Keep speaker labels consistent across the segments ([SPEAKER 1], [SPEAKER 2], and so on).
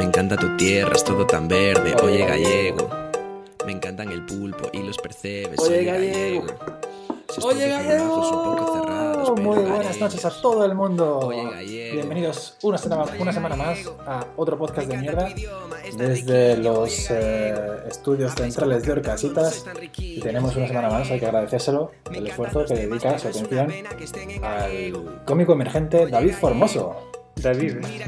[SPEAKER 1] encanta tu tierra, es todo tan verde. Oye, gallego. Me encantan el pulpo y los percebes.
[SPEAKER 2] Oye, gallego.
[SPEAKER 1] Sus
[SPEAKER 2] Oye,
[SPEAKER 1] tontos
[SPEAKER 2] gallego.
[SPEAKER 1] ojos un poco cerrados, pero
[SPEAKER 2] Muy buenas
[SPEAKER 1] gallegos.
[SPEAKER 2] noches a todo el mundo.
[SPEAKER 1] Oye, gallego.
[SPEAKER 2] Bienvenidos una semana, una semana más a otro podcast de mierda desde los eh, estudios centrales de Orcasitas. Y tenemos una semana más, hay que agradecérselo, el esfuerzo
[SPEAKER 1] este
[SPEAKER 2] que dedica su atención al cómico emergente David Formoso.
[SPEAKER 3] David. ¿eh?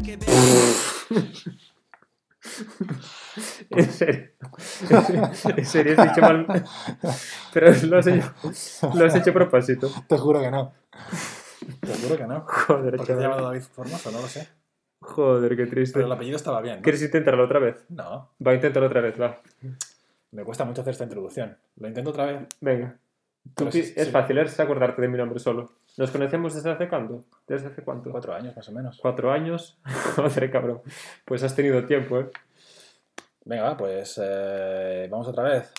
[SPEAKER 3] en serio. En serio, has dicho mal. Pero lo has hecho, lo has hecho a propósito.
[SPEAKER 2] Te juro que no. Te juro que no.
[SPEAKER 3] Joder,
[SPEAKER 2] ¿Por qué te he
[SPEAKER 3] chaval.
[SPEAKER 2] llamado David Formoso? No lo sé.
[SPEAKER 3] Joder, qué triste.
[SPEAKER 2] Pero el apellido estaba bien.
[SPEAKER 3] ¿Quieres intentarlo otra vez?
[SPEAKER 2] ¿no? No,
[SPEAKER 3] Va, inténtalo otra vez, va.
[SPEAKER 2] me cuesta mucho hacer esta introducción. Lo intento otra vez.
[SPEAKER 3] Venga. Tú
[SPEAKER 2] Pero
[SPEAKER 3] pi-
[SPEAKER 2] sí,
[SPEAKER 3] es
[SPEAKER 2] sí.
[SPEAKER 3] fácil, ¿eh? es acordarte de mi nombre solo. ¿Nos conocemos desde hace cuánto? ¿Desde hace cuánto?
[SPEAKER 2] Cuatro años más o menos.
[SPEAKER 3] ¿Cuatro años? Joder, cabrón. Pues has tenido tiempo, ¿eh?
[SPEAKER 2] Venga, va, pues eh, vamos otra vez.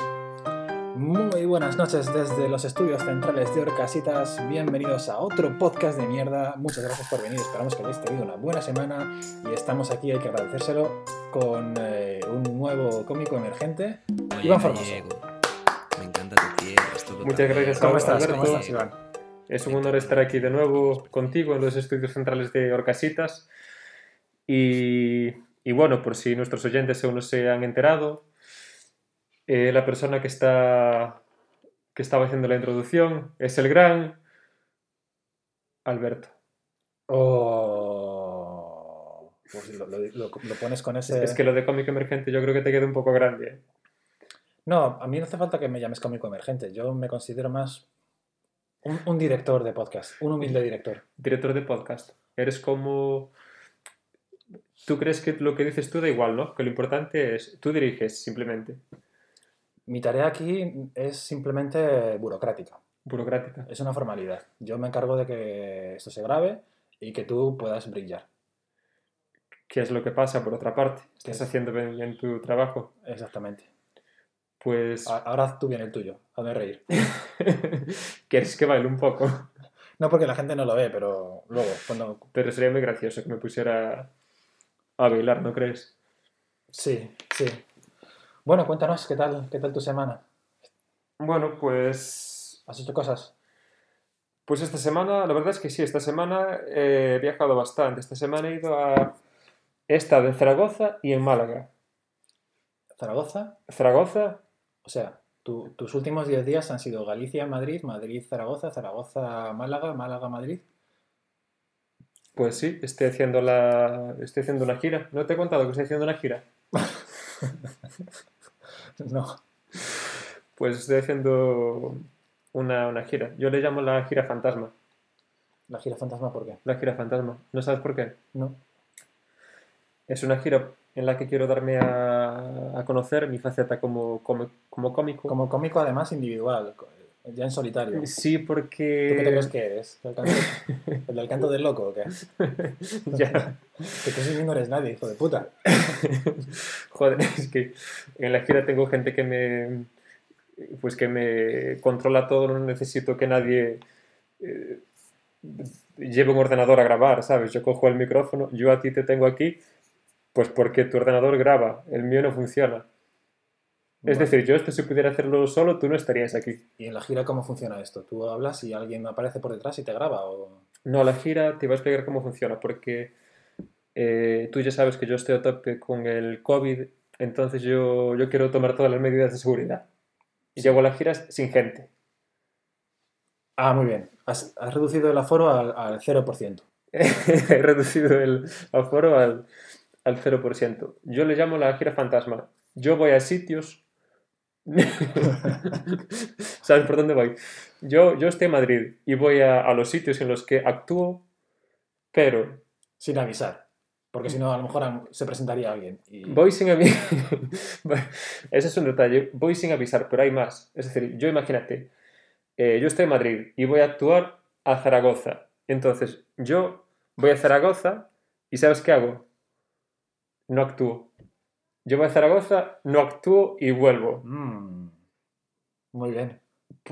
[SPEAKER 2] Muy buenas noches desde los estudios centrales de Orcasitas. Bienvenidos a otro podcast de mierda. Muchas gracias por venir. Esperamos que hayáis tenido una buena semana. Y estamos aquí, hay que agradecérselo, con eh, un nuevo cómico emergente.
[SPEAKER 1] Oye,
[SPEAKER 2] Iván Formoso.
[SPEAKER 1] gallego. Me encanta tu tierra, es todo
[SPEAKER 3] Muchas
[SPEAKER 1] tan
[SPEAKER 3] gracias,
[SPEAKER 1] verde.
[SPEAKER 2] ¿Cómo
[SPEAKER 3] Hola,
[SPEAKER 2] estás?
[SPEAKER 3] Alberto.
[SPEAKER 2] ¿Cómo estás, Iván?
[SPEAKER 3] Es un honor estar aquí de nuevo contigo en los estudios centrales de Orcasitas. Y, y bueno, por si nuestros oyentes aún no se han enterado, eh, la persona que, está, que estaba haciendo la introducción es el gran Alberto.
[SPEAKER 2] Oh, pues lo, lo- lo- lo pones con ese...
[SPEAKER 3] Es que lo de cómic emergente yo creo que te queda un poco grande. ¿eh?
[SPEAKER 2] No, a mí no hace falta que me llames cómico emergente. Yo me considero más un, un director de podcast, un humilde director.
[SPEAKER 3] Director de podcast. Eres como... Tú crees que lo que dices tú da igual, ¿no? Que lo importante es... Tú diriges simplemente.
[SPEAKER 2] Mi tarea aquí es simplemente burocrática,
[SPEAKER 3] Burocrática.
[SPEAKER 2] es una formalidad. Yo me encargo de que esto se grabe y que tú puedas brillar.
[SPEAKER 3] ¿Qué es lo que pasa por otra parte? ¿Estás
[SPEAKER 2] Sí.
[SPEAKER 3] haciendo bien, bien tu trabajo?
[SPEAKER 2] Exactamente.
[SPEAKER 3] Pues...
[SPEAKER 2] A- Ahora haz tú bien el tuyo, hazme reír.
[SPEAKER 3] ¿Quieres que baile un poco?
[SPEAKER 2] No porque la gente no lo ve, pero luego, cuando...
[SPEAKER 3] Pero sería muy gracioso que me pusiera a bailar, ¿no crees?
[SPEAKER 2] Sí, sí. Bueno, cuéntanos, ¿qué tal, qué tal tu semana?
[SPEAKER 3] Bueno, pues...
[SPEAKER 2] ¿Has hecho cosas?
[SPEAKER 3] Pues esta semana, la verdad es que sí, esta semana eh, he viajado bastante. Esta semana he ido a... He estado en Zaragoza y en Málaga.
[SPEAKER 2] ¿Zaragoza?
[SPEAKER 3] Zaragoza,
[SPEAKER 2] O sea, tu- tus últimos 10 días han sido Galicia, Madrid, Madrid, Zaragoza, Zaragoza, Málaga, Málaga, Madrid.
[SPEAKER 3] pues sí, estoy haciendo la... Estoy haciendo una gira. ¿No te he contado que estoy haciendo una gira?
[SPEAKER 2] No,
[SPEAKER 3] Pues estoy haciendo una, una gira. Yo le llamo la gira fantasma.
[SPEAKER 2] la gira fantasma, ¿por qué?
[SPEAKER 3] La gira fantasma. ¿No sabes por qué?
[SPEAKER 2] No.
[SPEAKER 3] Es una gira en la que quiero darme a, a conocer mi faceta como, como, como cómico.
[SPEAKER 2] Como cómico, además, individual, co- ya en solitario. ¿Tú
[SPEAKER 3] Sí,
[SPEAKER 2] qué te
[SPEAKER 3] porque...
[SPEAKER 2] crees que eres? ¿El, canto, el del canto del loco o qué?
[SPEAKER 3] ya.
[SPEAKER 2] Que tú sí mismo eres nadie, hijo de puta.
[SPEAKER 3] Joder, es que en la gira tengo gente que me... Pues que me controla todo, no necesito que nadie eh, lleve un ordenador a grabar, ¿sabes? Yo cojo el micrófono, yo a ti te tengo aquí, pues porque tu ordenador graba, el mío no funciona. Es
[SPEAKER 2] Bueno,
[SPEAKER 3] decir, yo esto si pudiera hacerlo solo, tú no estarías aquí.
[SPEAKER 2] ¿Y en la gira cómo funciona esto? ¿Tú hablas y alguien aparece por detrás y te graba? O...
[SPEAKER 3] No, la gira te voy a explicar cómo funciona, porque eh, tú ya sabes que yo estoy a tope con el COVID, entonces yo, yo quiero tomar todas las medidas de seguridad. Y llego a las giras sin gente.
[SPEAKER 2] Ah, muy bien. Has, has reducido el aforo al, al 0%.
[SPEAKER 3] He reducido el aforo al, al 0%. Yo le llamo la gira fantasma. Yo voy a sitios... ¿Sabes por dónde voy? Yo, yo estoy en Madrid y voy a, a los sitios en los que actúo, pero
[SPEAKER 2] Sin avisar. Porque si no, a lo mejor am- se presentaría alguien. Y...
[SPEAKER 3] Voy sin avisar. Ese es un detalle. Voy sin avisar, pero hay más. Es decir, yo imagínate, eh, yo estoy en Madrid y voy a actuar a Zaragoza. Entonces, yo voy a Zaragoza y ¿sabes qué hago? No actúo. Yo voy a Zaragoza, no actúo y vuelvo.
[SPEAKER 2] Mm. Muy bien.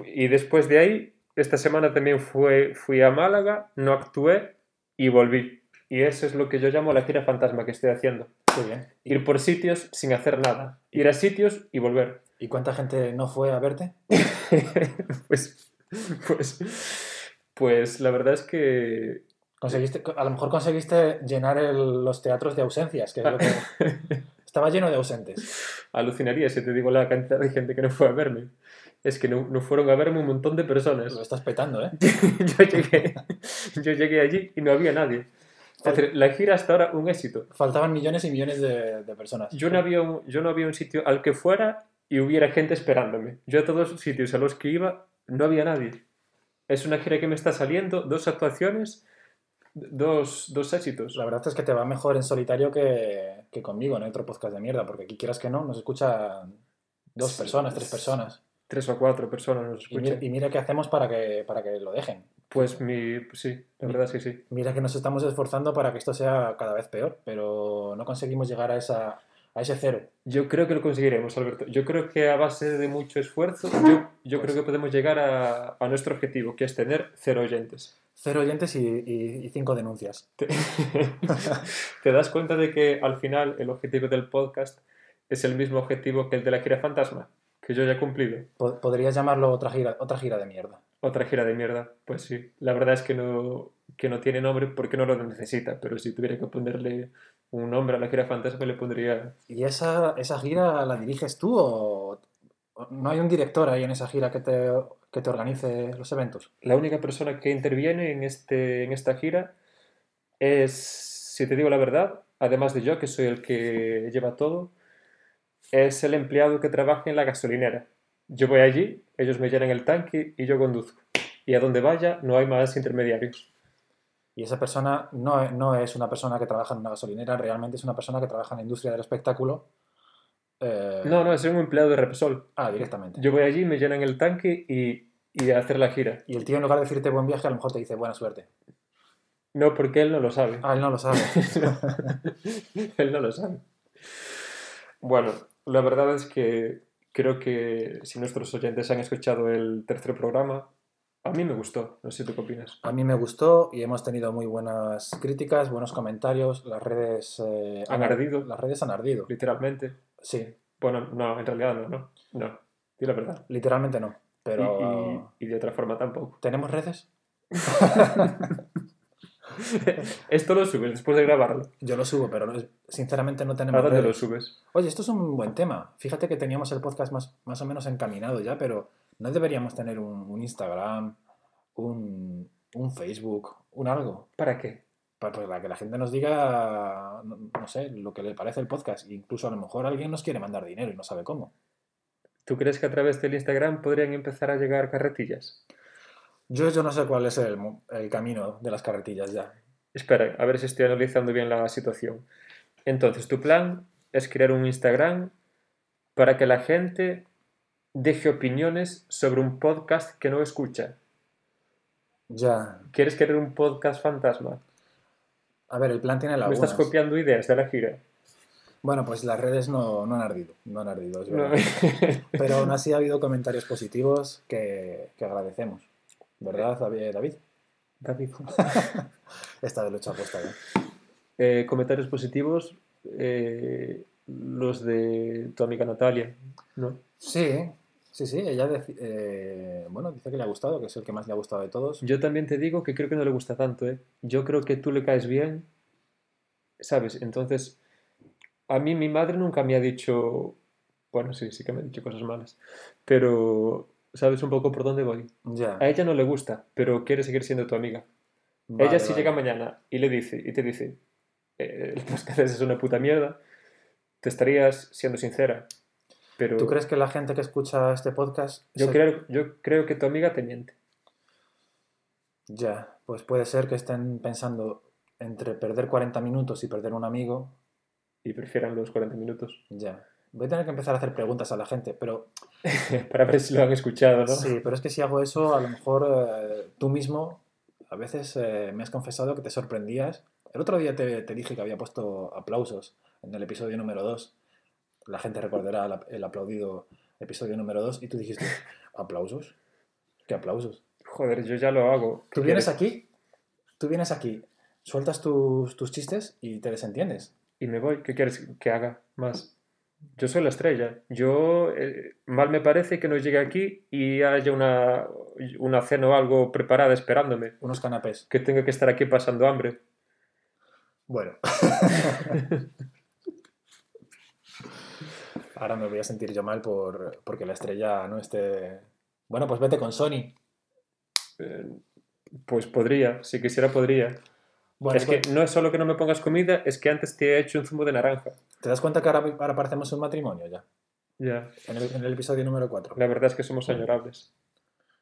[SPEAKER 3] Y después de ahí, esta semana también fue, fui a Málaga, no actué y volví. Y eso es lo que yo llamo la gira fantasma que estoy haciendo.
[SPEAKER 2] Muy bien.
[SPEAKER 3] Ir por sitios sin hacer nada. Ir a sitios y volver.
[SPEAKER 2] ¿Y cuánta gente no fue a verte?
[SPEAKER 3] pues, pues, pues la verdad es que
[SPEAKER 2] Conseguiste, a lo mejor conseguiste llenar el- los teatros de ausencias, que es lo que... Estaba lleno de ausentes.
[SPEAKER 3] alucinaría si te digo la cantidad de gente que no fue a verme. Es que no, no fueron a verme un montón de personas.
[SPEAKER 2] Lo estás petando, ¿eh?
[SPEAKER 3] yo, llegué, yo llegué allí y no había nadie. Es decir, la gira hasta ahora un éxito.
[SPEAKER 2] Faltaban millones y millones de, de personas.
[SPEAKER 3] Yo no, había un, yo no había un sitio al que fuera y hubiera gente esperándome. Yo a todos los sitios a los que iba no había nadie. Es una gira que me está saliendo, dos actuaciones, dos, dos éxitos.
[SPEAKER 2] Pues La verdad es que te va mejor en solitario que, que conmigo en otro podcast de mierda, porque aquí quieras que no, nos escuchan dos
[SPEAKER 3] Sí.
[SPEAKER 2] personas, tres personas.
[SPEAKER 3] Tres o cuatro personas nos
[SPEAKER 2] Y mira,
[SPEAKER 3] escuchan.
[SPEAKER 2] y mira qué hacemos para que, para que lo dejen.
[SPEAKER 3] Pues mi, pues sí, la verdad es que sí.
[SPEAKER 2] Mira que nos estamos esforzando para que esto sea cada vez peor, pero no conseguimos llegar a, esa, a ese cero.
[SPEAKER 3] Yo creo que lo conseguiremos, Alberto. Yo creo que a base de mucho esfuerzo, yo, yo
[SPEAKER 2] Pues-
[SPEAKER 3] creo que podemos llegar a, a nuestro objetivo, que es tener cero oyentes.
[SPEAKER 2] Cero oyentes y, y- y cinco denuncias.
[SPEAKER 3] Te, te das cuenta de que al final el objetivo del podcast es el mismo objetivo que el de la gira fantasma, que yo ya he cumplido.
[SPEAKER 2] Po- podrías llamarlo otra gira, otra gira de mierda.
[SPEAKER 3] Otra gira de mierda, pues sí. La verdad es que no, que no tiene nombre porque no lo necesita, pero si tuviera que ponerle un nombre a la gira fantasma le pondría...
[SPEAKER 2] ¿Y esa, esa gira la diriges tú o o no hay un director ahí en esa gira que te, que te organice los eventos?
[SPEAKER 3] La única persona que interviene en, este, en esta gira es, si te digo la verdad, además de yo, que soy el que lleva todo, es el empleado que trabaja en la gasolinera. Yo voy allí, ellos me llenan el tanque y yo conduzco. Y a donde vaya no hay más intermediarios.
[SPEAKER 2] Y esa persona no, e- no es una persona que trabaja en una gasolinera, realmente es una persona que trabaja en la industria del espectáculo. eh,
[SPEAKER 3] No, no, soy un empleado de Repsol.
[SPEAKER 2] Ah, directamente.
[SPEAKER 3] Yo voy allí, me llenan el tanque y, y a hacer la gira.
[SPEAKER 2] Y el tío en lugar de decirte buen viaje, a lo mejor te dice buena suerte.
[SPEAKER 3] No, porque él no lo sabe.
[SPEAKER 2] Ah, él no lo sabe.
[SPEAKER 3] Él no lo sabe. Bueno, la verdad es que creo que si nuestros oyentes han escuchado el tercer programa, a mí me gustó. No sé tú qué opinas.
[SPEAKER 2] A mí me gustó y hemos tenido muy buenas críticas, buenos comentarios. Las redes eh,
[SPEAKER 3] Han ardido.
[SPEAKER 2] Las redes han ardido.
[SPEAKER 3] Literalmente.
[SPEAKER 2] Sí,
[SPEAKER 3] Bueno, no, en realidad no, no. No, di la verdad.
[SPEAKER 2] literalmente no.
[SPEAKER 3] Y-
[SPEAKER 2] Pero
[SPEAKER 3] Y, y de otra forma tampoco.
[SPEAKER 2] tenemos redes.
[SPEAKER 3] Esto lo subes después de grabarlo.
[SPEAKER 2] Yo lo subo, pero no- sinceramente no
[SPEAKER 3] ¿A
[SPEAKER 2] tenemos
[SPEAKER 3] dónde lo
[SPEAKER 2] redes.
[SPEAKER 3] subes?
[SPEAKER 2] Oye, esto es un buen tema. Fíjate que teníamos el podcast más, más o menos encaminado ya, pero no deberíamos tener un, un Instagram, un, un Facebook, un algo.
[SPEAKER 3] ¿Para qué?
[SPEAKER 2] Para, para que la gente nos diga, no, no sé, lo que le parece el podcast. Incluso a lo mejor alguien nos quiere mandar dinero y no sabe cómo.
[SPEAKER 3] ¿Tú crees que a través del Instagram podrían empezar a llegar carretillas?
[SPEAKER 2] Yo, yo no sé cuál es el, mo- el camino de las carretillas ya.
[SPEAKER 3] Espera, a ver si estoy analizando bien la situación. Entonces, tu plan es crear un Instagram para que la gente deje opiniones sobre un podcast que no escucha.
[SPEAKER 2] Ya.
[SPEAKER 3] ¿Quieres crear un podcast fantasma?
[SPEAKER 2] A ver, el plan tiene
[SPEAKER 3] Me
[SPEAKER 2] lagunas.
[SPEAKER 3] estás copiando ideas de la gira.
[SPEAKER 2] Bueno, pues las redes no, no han ardido. No han ardido, es
[SPEAKER 3] No.
[SPEAKER 2] verdad. Pero aún así ha habido comentarios positivos que, que agradecemos. ¿Verdad, Davi- David?
[SPEAKER 3] David.
[SPEAKER 2] Esta vez lo he hecho apuesta. ¿eh?
[SPEAKER 3] Eh, comentarios positivos. eh, los de tu amiga Natalia. ¿no? ¿eh?
[SPEAKER 2] Sí, sí, sí. Ella deci- eh, bueno, dice que le ha gustado, que es el que más le ha gustado de todos.
[SPEAKER 3] Yo también te digo que creo que no le gusta tanto, ¿eh? Yo creo que tú le caes bien, ¿sabes? Entonces, a mí mi madre nunca me ha dicho, bueno, sí, sí que me ha dicho cosas malas, pero sabes un poco por dónde voy.
[SPEAKER 2] Ya.
[SPEAKER 3] A ella no le gusta, pero quiere seguir siendo tu amiga.
[SPEAKER 2] Vale,
[SPEAKER 3] ella si
[SPEAKER 2] vale.
[SPEAKER 3] llega mañana y le dice, y te dice, eh, el podcast es una puta mierda, te estarías siendo sincera, pero
[SPEAKER 2] ¿Tú crees que la gente que escucha este podcast...
[SPEAKER 3] yo,
[SPEAKER 2] se-
[SPEAKER 3] creo, yo creo que tu amiga te miente.
[SPEAKER 2] Ya, pues puede ser que estén pensando entre perder 40 minutos y perder un amigo.
[SPEAKER 3] Y prefieran los 40 minutos.
[SPEAKER 2] Ya. Voy a tener que empezar a hacer preguntas a la gente, pero
[SPEAKER 3] Para ver si lo han escuchado, ¿no?
[SPEAKER 2] sí, pero es que si hago eso, a lo mejor eh, tú mismo a veces eh, me has confesado que te sorprendías. El otro día te, te dije que había puesto aplausos en el episodio número 2. La gente recordará la- el aplaudido episodio número 2 y tú dijiste, ¿aplausos? ¿Qué aplausos?
[SPEAKER 3] Joder, yo ya lo hago.
[SPEAKER 2] Tú
[SPEAKER 3] ¿Qué
[SPEAKER 2] vienes
[SPEAKER 3] quieres?
[SPEAKER 2] aquí, tú vienes aquí sueltas tus, tus chistes y te desentiendes.
[SPEAKER 3] y me voy. ¿Qué quieres que haga más? Yo soy la estrella. Yo, eh, mal me parece que no llegue aquí y haya una, una cena o algo preparada esperándome.
[SPEAKER 2] Unos canapés.
[SPEAKER 3] Que tenga que estar aquí pasando hambre.
[SPEAKER 2] Bueno. Ahora me voy a sentir yo mal por, porque la estrella no esté... Bueno, pues vete con Sony.
[SPEAKER 3] Eh, pues podría, si quisiera podría.
[SPEAKER 2] Bueno,
[SPEAKER 3] es
[SPEAKER 2] pues,
[SPEAKER 3] que no es solo que no me pongas comida, es que antes te he hecho un zumo de naranja.
[SPEAKER 2] ¿Te das cuenta que ahora, ahora parecemos un matrimonio ya?
[SPEAKER 3] Ya,
[SPEAKER 2] En el, en el episodio número 4.
[SPEAKER 3] la verdad es que somos añorables.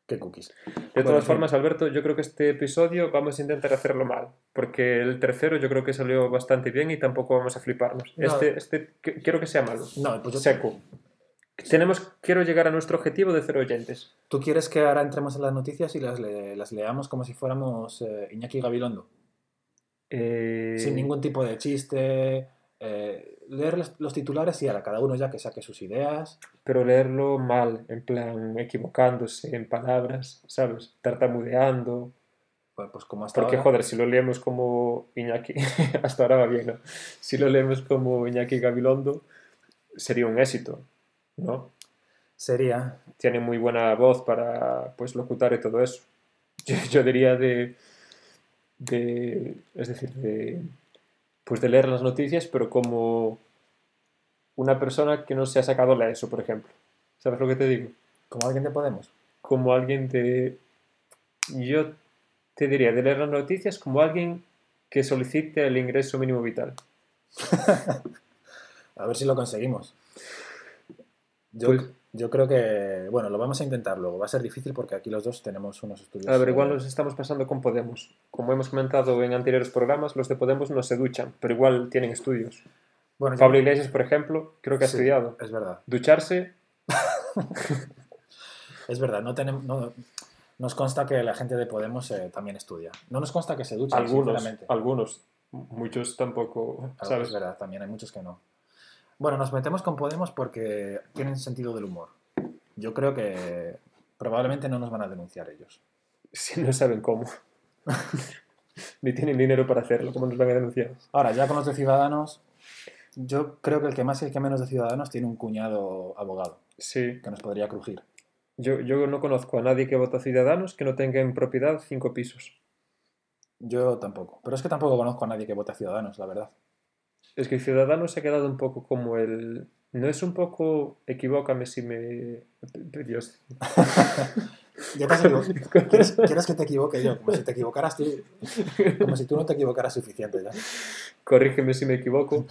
[SPEAKER 2] ¿Qué cookies?
[SPEAKER 3] De
[SPEAKER 2] Bueno, en
[SPEAKER 3] todas
[SPEAKER 2] fin.
[SPEAKER 3] formas, Alberto, yo creo que este episodio vamos a intentar hacerlo mal, porque el tercero yo creo que salió bastante bien y tampoco vamos a fliparnos.
[SPEAKER 2] No.
[SPEAKER 3] Este, este qu- quiero que sea malo,
[SPEAKER 2] No, pues yo-
[SPEAKER 3] seco. Tenemos, quiero llegar a nuestro objetivo de cero oyentes.
[SPEAKER 2] ¿Tú quieres que ahora entremos en las noticias y las, le- las leamos como si fuéramos eh, Iñaki Gabilondo?
[SPEAKER 3] Eh,
[SPEAKER 2] Sin ningún tipo de chiste. eh, leer los, los titulares y ahora cada uno ya que saque sus ideas.
[SPEAKER 3] Pero leerlo mal, en plan equivocándose en palabras, ¿sabes? Tartamudeando.
[SPEAKER 2] Pues, pues como hasta
[SPEAKER 3] Porque,
[SPEAKER 2] ahora.
[SPEAKER 3] joder, si lo leemos como Iñaki, hasta ahora va bien, ¿no? Si lo leemos como Iñaki Gabilondo, sería un éxito, ¿no?
[SPEAKER 2] Sería.
[SPEAKER 3] tiene muy buena voz para pues locutar y todo eso. Yo, yo diría de, de- es decir, de pues de leer las noticias, pero como una persona que no se ha sacado la ESO, por ejemplo. ¿Sabes lo que te digo?
[SPEAKER 2] Como alguien de Podemos.
[SPEAKER 3] Como alguien de yo te diría de leer las noticias como alguien que solicite el ingreso mínimo vital.
[SPEAKER 2] A ver si lo conseguimos. Yo,
[SPEAKER 3] Pues-
[SPEAKER 2] yo creo que. Bueno, lo vamos a intentar luego. Va a ser difícil porque aquí los dos tenemos unos estudios.
[SPEAKER 3] A ver, igual
[SPEAKER 2] eh,
[SPEAKER 3] nos estamos pasando con Podemos. Como hemos comentado en anteriores programas, los de Podemos no se duchan, pero igual tienen estudios.
[SPEAKER 2] Bueno, yo-
[SPEAKER 3] Pablo Iglesias, por ejemplo, creo que ha
[SPEAKER 2] Sí,
[SPEAKER 3] estudiado.
[SPEAKER 2] Es verdad.
[SPEAKER 3] Ducharse,
[SPEAKER 2] Es verdad. No tenemos. no- nos consta que la gente de Podemos eh, también estudia. No nos consta que se ducha,
[SPEAKER 3] algunos,
[SPEAKER 2] sinceramente.
[SPEAKER 3] algunos, muchos tampoco,
[SPEAKER 2] Ah, Es
[SPEAKER 3] ¿sabes?
[SPEAKER 2] verdad, también hay muchos que no. Bueno, nos metemos con Podemos porque tienen sentido del humor. Yo creo que probablemente no nos van a denunciar ellos.
[SPEAKER 3] Si no saben cómo. Ni tienen dinero para hacerlo, ¿cómo nos van a denunciar?
[SPEAKER 2] Ahora, ya con los de Ciudadanos, yo creo que el que más y el que menos de Ciudadanos tiene un cuñado abogado
[SPEAKER 3] Sí,
[SPEAKER 2] que nos podría crujir.
[SPEAKER 3] yo, yo no conozco a nadie que vota Ciudadanos que no tenga en propiedad cinco pisos.
[SPEAKER 2] Yo tampoco. Pero es que tampoco conozco a nadie que vote a Ciudadanos, la verdad.
[SPEAKER 3] Es que Ciudadanos se ha quedado un poco como el... No es un poco... Equivócame si me... Dios.
[SPEAKER 2] Ya te has equivo- ¿Quieres, quieres que te equivoque yo? Como si te equivocaras tú. Como si tú no te equivocaras suficiente ya.
[SPEAKER 3] corrígeme si me equivoco,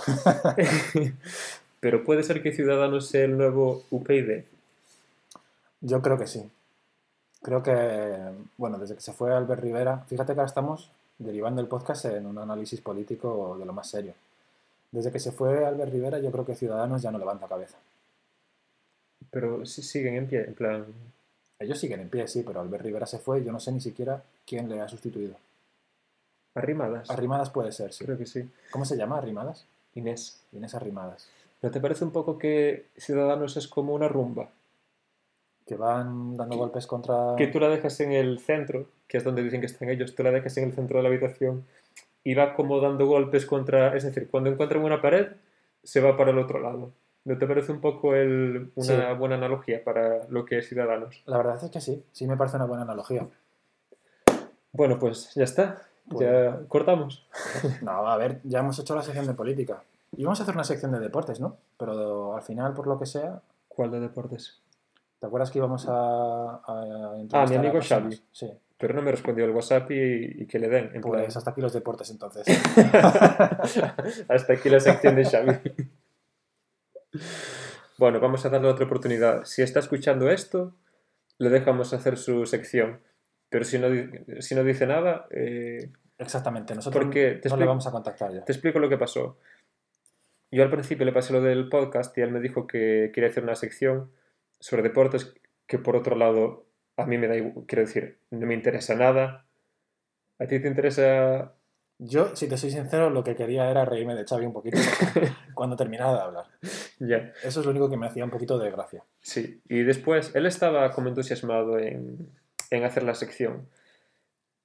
[SPEAKER 3] pero puede ser que Ciudadanos sea el nuevo UPyD.
[SPEAKER 2] Yo creo que sí. Creo que, bueno, desde que se fue Albert Rivera, fíjate que ahora estamos derivando el podcast en un análisis político de lo más serio. Desde que se fue Albert Rivera, yo creo que Ciudadanos ya no levanta cabeza.
[SPEAKER 3] Pero si siguen en pie, en plan,
[SPEAKER 2] Ellos siguen en pie, sí, pero Albert Rivera se fue y yo no sé ni siquiera quién le ha sustituido.
[SPEAKER 3] arrimadas.
[SPEAKER 2] Arrimadas puede ser, sí.
[SPEAKER 3] Creo que sí.
[SPEAKER 2] ¿Cómo se llama Arrimadas?
[SPEAKER 3] Inés,
[SPEAKER 2] Inés Arrimadas.
[SPEAKER 3] ¿no te parece un poco que Ciudadanos es como una rumba?
[SPEAKER 2] Que van dando golpes contra...
[SPEAKER 3] Que tú la dejas en el centro, que es donde dicen que están ellos, tú la dejas en el centro de la habitación y va como dando golpes contra... Es decir, cuando encuentran una pared, se va para el otro lado. ¿No te parece un poco el- una buena analogía para lo que es Ciudadanos?
[SPEAKER 2] La verdad es que sí, sí me parece una buena analogía.
[SPEAKER 3] Bueno, pues ya está.
[SPEAKER 2] Bueno.
[SPEAKER 3] Ya cortamos.
[SPEAKER 2] No, a ver, ya hemos hecho la sección de política. Y vamos a hacer una sección de deportes, ¿no? Pero al final, por lo que sea,
[SPEAKER 3] ¿Cuál de deportes?
[SPEAKER 2] ¿Te acuerdas que íbamos a, a
[SPEAKER 3] Ah,
[SPEAKER 2] entrevistar
[SPEAKER 3] mi
[SPEAKER 2] a
[SPEAKER 3] amigo
[SPEAKER 2] personas?
[SPEAKER 3] Xavi.
[SPEAKER 2] Sí,
[SPEAKER 3] Pero no me respondió el WhatsApp y, y que le den. en plan.
[SPEAKER 2] pues hasta aquí los deportes entonces.
[SPEAKER 3] Hasta aquí la sección de Xavi. bueno, vamos a darle otra oportunidad. Si está escuchando esto, le dejamos hacer su sección. Pero si no, di- si no dice nada, eh,
[SPEAKER 2] Exactamente, nosotros
[SPEAKER 3] Porque te
[SPEAKER 2] no le
[SPEAKER 3] explico-
[SPEAKER 2] vamos a contactar ya.
[SPEAKER 3] te explico lo que pasó. Yo al principio le pasé lo del podcast y él me dijo que quería hacer una sección sobre deportes que por otro lado a mí me da igual. Quiero decir, no me interesa nada. ¿A ti te interesa
[SPEAKER 2] Yo, si te soy sincero, lo que quería era reírme de Xavi un poquito cuando terminaba de hablar.
[SPEAKER 3] ya?
[SPEAKER 2] Eso es lo único que me hacía un poquito de gracia.
[SPEAKER 3] Sí, y después él estaba como entusiasmado en, en hacer la sección.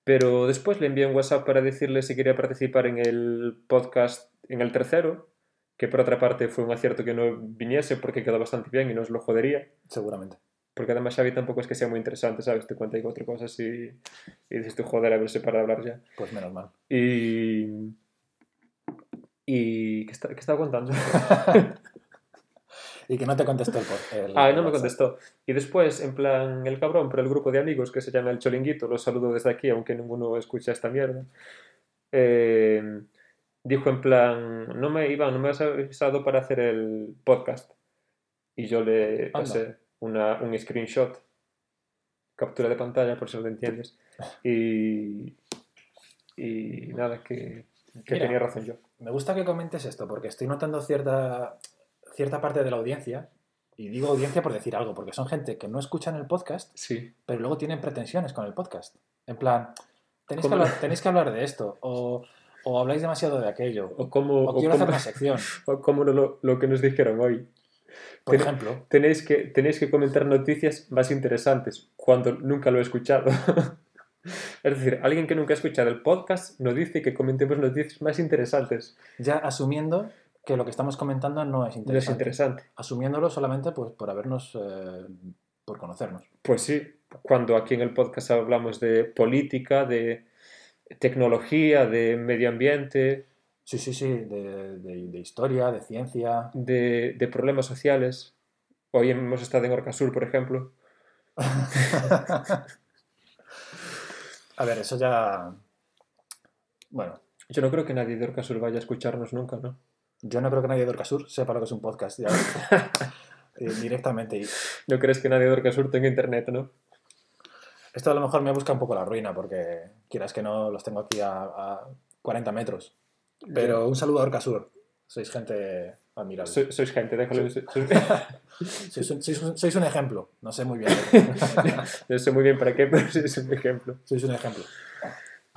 [SPEAKER 3] Pero después le envié un WhatsApp para decirle si quería participar en el podcast, en el tercero, que por otra parte fue un acierto que no viniese porque quedó bastante bien y no os lo jodería.
[SPEAKER 2] seguramente.
[SPEAKER 3] Porque además Xavi tampoco es que sea muy interesante, ¿sabes? Te cuenta ahí cuatro cosas y, y dices tú, joder, a verse para hablar ya.
[SPEAKER 2] Pues menos mal.
[SPEAKER 3] Y... y ¿Qué, está- qué estaba contando?
[SPEAKER 2] Y que no te contestó el por- el-
[SPEAKER 3] Ah,
[SPEAKER 2] el
[SPEAKER 3] no me
[SPEAKER 2] WhatsApp.
[SPEAKER 3] contestó. Y después, en plan, el cabrón, pero el grupo de amigos que se llama El Cholinguito, los saludo desde aquí, aunque ninguno escucha esta mierda, eh, dijo en plan, no me, Iván, no me has avisado para hacer el podcast. Y yo le pasé una- un screenshot, captura de pantalla, por si lo entiendes. Y, y nada, que, que
[SPEAKER 2] Mira.
[SPEAKER 3] tenía razón yo.
[SPEAKER 2] Me gusta que comentes esto porque estoy notando cierta, cierta parte de la audiencia, y digo audiencia por decir algo, porque son gente que no escuchan el podcast,
[SPEAKER 3] Sí.
[SPEAKER 2] pero luego tienen pretensiones con el podcast. En plan, tenéis que,
[SPEAKER 3] ¿Cómo?
[SPEAKER 2] hablar, tenéis que hablar de esto, o, o habláis demasiado de aquello, o,
[SPEAKER 3] O como, o
[SPEAKER 2] quiero hacer
[SPEAKER 3] como,
[SPEAKER 2] una sección,
[SPEAKER 3] o como lo- lo que nos dijeron hoy.
[SPEAKER 2] por
[SPEAKER 3] Pero-
[SPEAKER 2] ejemplo.
[SPEAKER 3] tenéis que, tenéis que comentar noticias más interesantes cuando nunca lo he escuchado. es decir, alguien que nunca ha escuchado el podcast nos dice que comentemos noticias más interesantes.
[SPEAKER 2] Ya asumiendo que lo que estamos comentando no es
[SPEAKER 3] No es
[SPEAKER 2] interesante.
[SPEAKER 3] interesante.
[SPEAKER 2] Asumiéndolo solamente pues, por habernos... eh, por conocernos.
[SPEAKER 3] Pues sí, cuando aquí en el podcast hablamos de política, de tecnología, de medio ambiente,
[SPEAKER 2] Sí, sí, sí, de, de- de historia, de ciencia.
[SPEAKER 3] de, de problemas sociales. Hoy hemos estado en Orcasur, por ejemplo.
[SPEAKER 2] A ver, eso ya... Bueno,
[SPEAKER 3] Yo no creo que nadie de Orcasur vaya a escucharnos nunca, ¿no?
[SPEAKER 2] yo no creo que nadie de Orcasur sepa lo que es un podcast ya. Eh, directamente. Y
[SPEAKER 3] No crees que nadie de Orcasur tenga internet, ¿no?
[SPEAKER 2] esto a lo mejor me busca un poco la ruina porque quieras que no los tengo aquí a, a 40 metros. Pero un saludo a Orcasur. Sois gente admirable.
[SPEAKER 3] So- sois gente, déjalo. so- sois-
[SPEAKER 2] Sois, un, sois un- sois un ejemplo. No sé muy bien. de-
[SPEAKER 3] No sé muy bien para qué, pero sí es un ejemplo.
[SPEAKER 2] sois un ejemplo.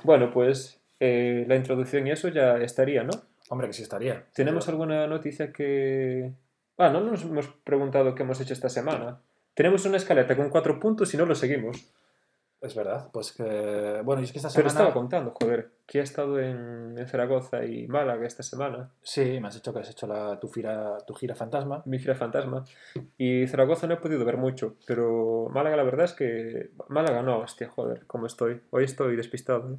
[SPEAKER 3] Bueno, pues eh, la introducción y eso ya estaría, ¿no?
[SPEAKER 2] Hombre, que sí estaría.
[SPEAKER 3] ¿Tenemos alguna noticia que...? Ah, no nos hemos preguntado qué hemos hecho esta semana. Tenemos una escaleta con cuatro puntos y no lo seguimos.
[SPEAKER 2] Es verdad. Pues que... Bueno, y es que esta
[SPEAKER 3] Pero
[SPEAKER 2] semana...
[SPEAKER 3] estaba contando, joder, que ha estado en, en Zaragoza y Málaga esta semana,
[SPEAKER 2] Sí, me has dicho que has hecho la, tu, gira, tu gira fantasma.
[SPEAKER 3] mi gira fantasma. Y Zaragoza no he podido ver mucho, pero Málaga la verdad es que... Málaga no, hostia, joder, cómo estoy. Hoy estoy despistado. ¿eh?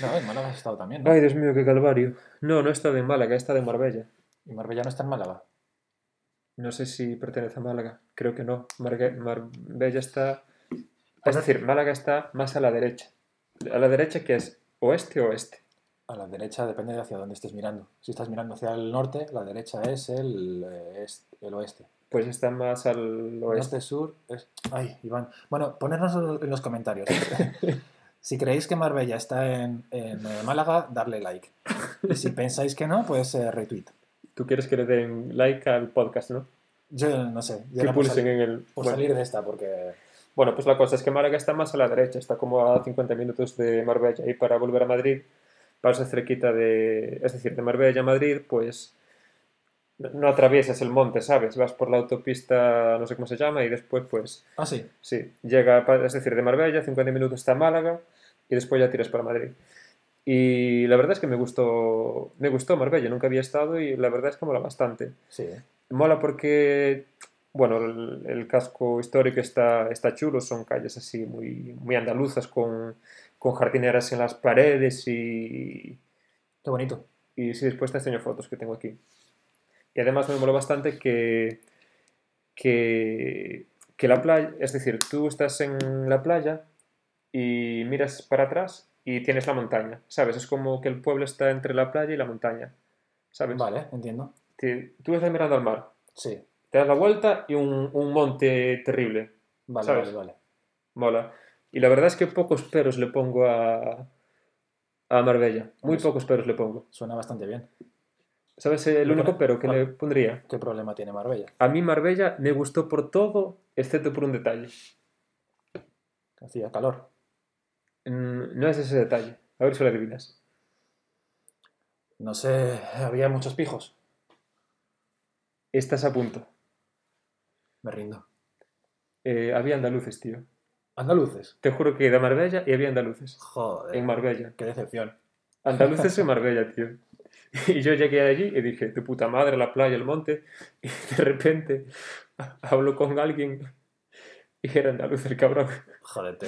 [SPEAKER 2] No, en Málaga has estado también, ¿no?
[SPEAKER 3] Ay, Dios mío, qué calvario. No, no he estado en Málaga, he estado en Marbella.
[SPEAKER 2] Y Marbella no está en Málaga.
[SPEAKER 3] No sé si pertenece a Málaga, creo que no. Margue- Marbella está.
[SPEAKER 2] Pues
[SPEAKER 3] Es decir, Málaga está más a la derecha. A la derecha que es oeste-oeste.
[SPEAKER 2] A la derecha depende de hacia dónde estés mirando. Si estás mirando hacia el norte, la derecha es el, eh, est- el oeste.
[SPEAKER 3] Pues está más al oeste.
[SPEAKER 2] Norte-sur es... Ay, Iván. Bueno, ponernos en los comentarios. si creéis que Marbella está en, en, eh, Málaga, darle like. Y si pensáis que no, pues eh, retweet.
[SPEAKER 3] Tú quieres que le den like al podcast, ¿no?
[SPEAKER 2] Yo no sé. Yo
[SPEAKER 3] que
[SPEAKER 2] era por,
[SPEAKER 3] pulsen
[SPEAKER 2] sali-
[SPEAKER 3] en el.
[SPEAKER 2] por
[SPEAKER 3] bueno.
[SPEAKER 2] salir de esta, porque...
[SPEAKER 3] Bueno, pues la cosa es que Málaga está más a la derecha, está como a 50 minutos de Marbella. Y para volver a Madrid, pasa cerquita de. Es decir, de Marbella a Madrid, pues. no- No atraviesas el monte, ¿sabes? Vas por la autopista, no sé cómo se llama, y después, pues.
[SPEAKER 2] Ah, sí.
[SPEAKER 3] Sí, llega, pa- es decir, de Marbella, 50 minutos está Málaga y después ya tiras para Madrid. Y la verdad es que me gustó, me gustó Marbella, nunca había estado y la verdad es que mola bastante.
[SPEAKER 2] Sí. ¿eh?
[SPEAKER 3] Mola porque, bueno, el, el casco histórico está, está chulo, son calles así muy, muy andaluzas con, con jardineras en las paredes y,
[SPEAKER 2] Qué bonito.
[SPEAKER 3] y sí, después te enseño fotos que tengo aquí. Y además me moló bastante que, que, que la playa, es decir, tú estás en la playa y miras para atrás y tienes la montaña, ¿sabes? Es como que el pueblo está entre la playa y la montaña, ¿sabes?
[SPEAKER 2] Vale, entiendo.
[SPEAKER 3] Te- tú estás mirando al mar,
[SPEAKER 2] Sí.
[SPEAKER 3] te das la vuelta y un, un monte terrible,
[SPEAKER 2] Vale,
[SPEAKER 3] ¿Sabes?
[SPEAKER 2] vale, vale.
[SPEAKER 3] mola. Y la verdad es que pocos peros le pongo a, a Marbella, muy
[SPEAKER 2] Pues-
[SPEAKER 3] pocos peros le pongo.
[SPEAKER 2] Suena bastante bien.
[SPEAKER 3] ¿Sabes el
[SPEAKER 2] Me pare-
[SPEAKER 3] único pero que le pondría?
[SPEAKER 2] ¿Qué problema tiene Marbella?
[SPEAKER 3] A mí Marbella me gustó por todo, excepto por un detalle.
[SPEAKER 2] Hacía calor.
[SPEAKER 3] Mm, No es ese detalle. A ver si lo adivinas.
[SPEAKER 2] No sé, había muchos pijos.
[SPEAKER 3] Estás a punto.
[SPEAKER 2] Me rindo.
[SPEAKER 3] Eh, había andaluces, tío.
[SPEAKER 2] Andaluces.
[SPEAKER 3] Te juro que de Marbella y había andaluces.
[SPEAKER 2] Joder.
[SPEAKER 3] En Marbella.
[SPEAKER 2] Qué decepción.
[SPEAKER 3] Andaluces en Marbella, tío. Y yo llegué allí y dije, tu puta madre, la playa, el monte. Y de repente hablo con alguien y era andaluz el cabrón.
[SPEAKER 2] Joder, te-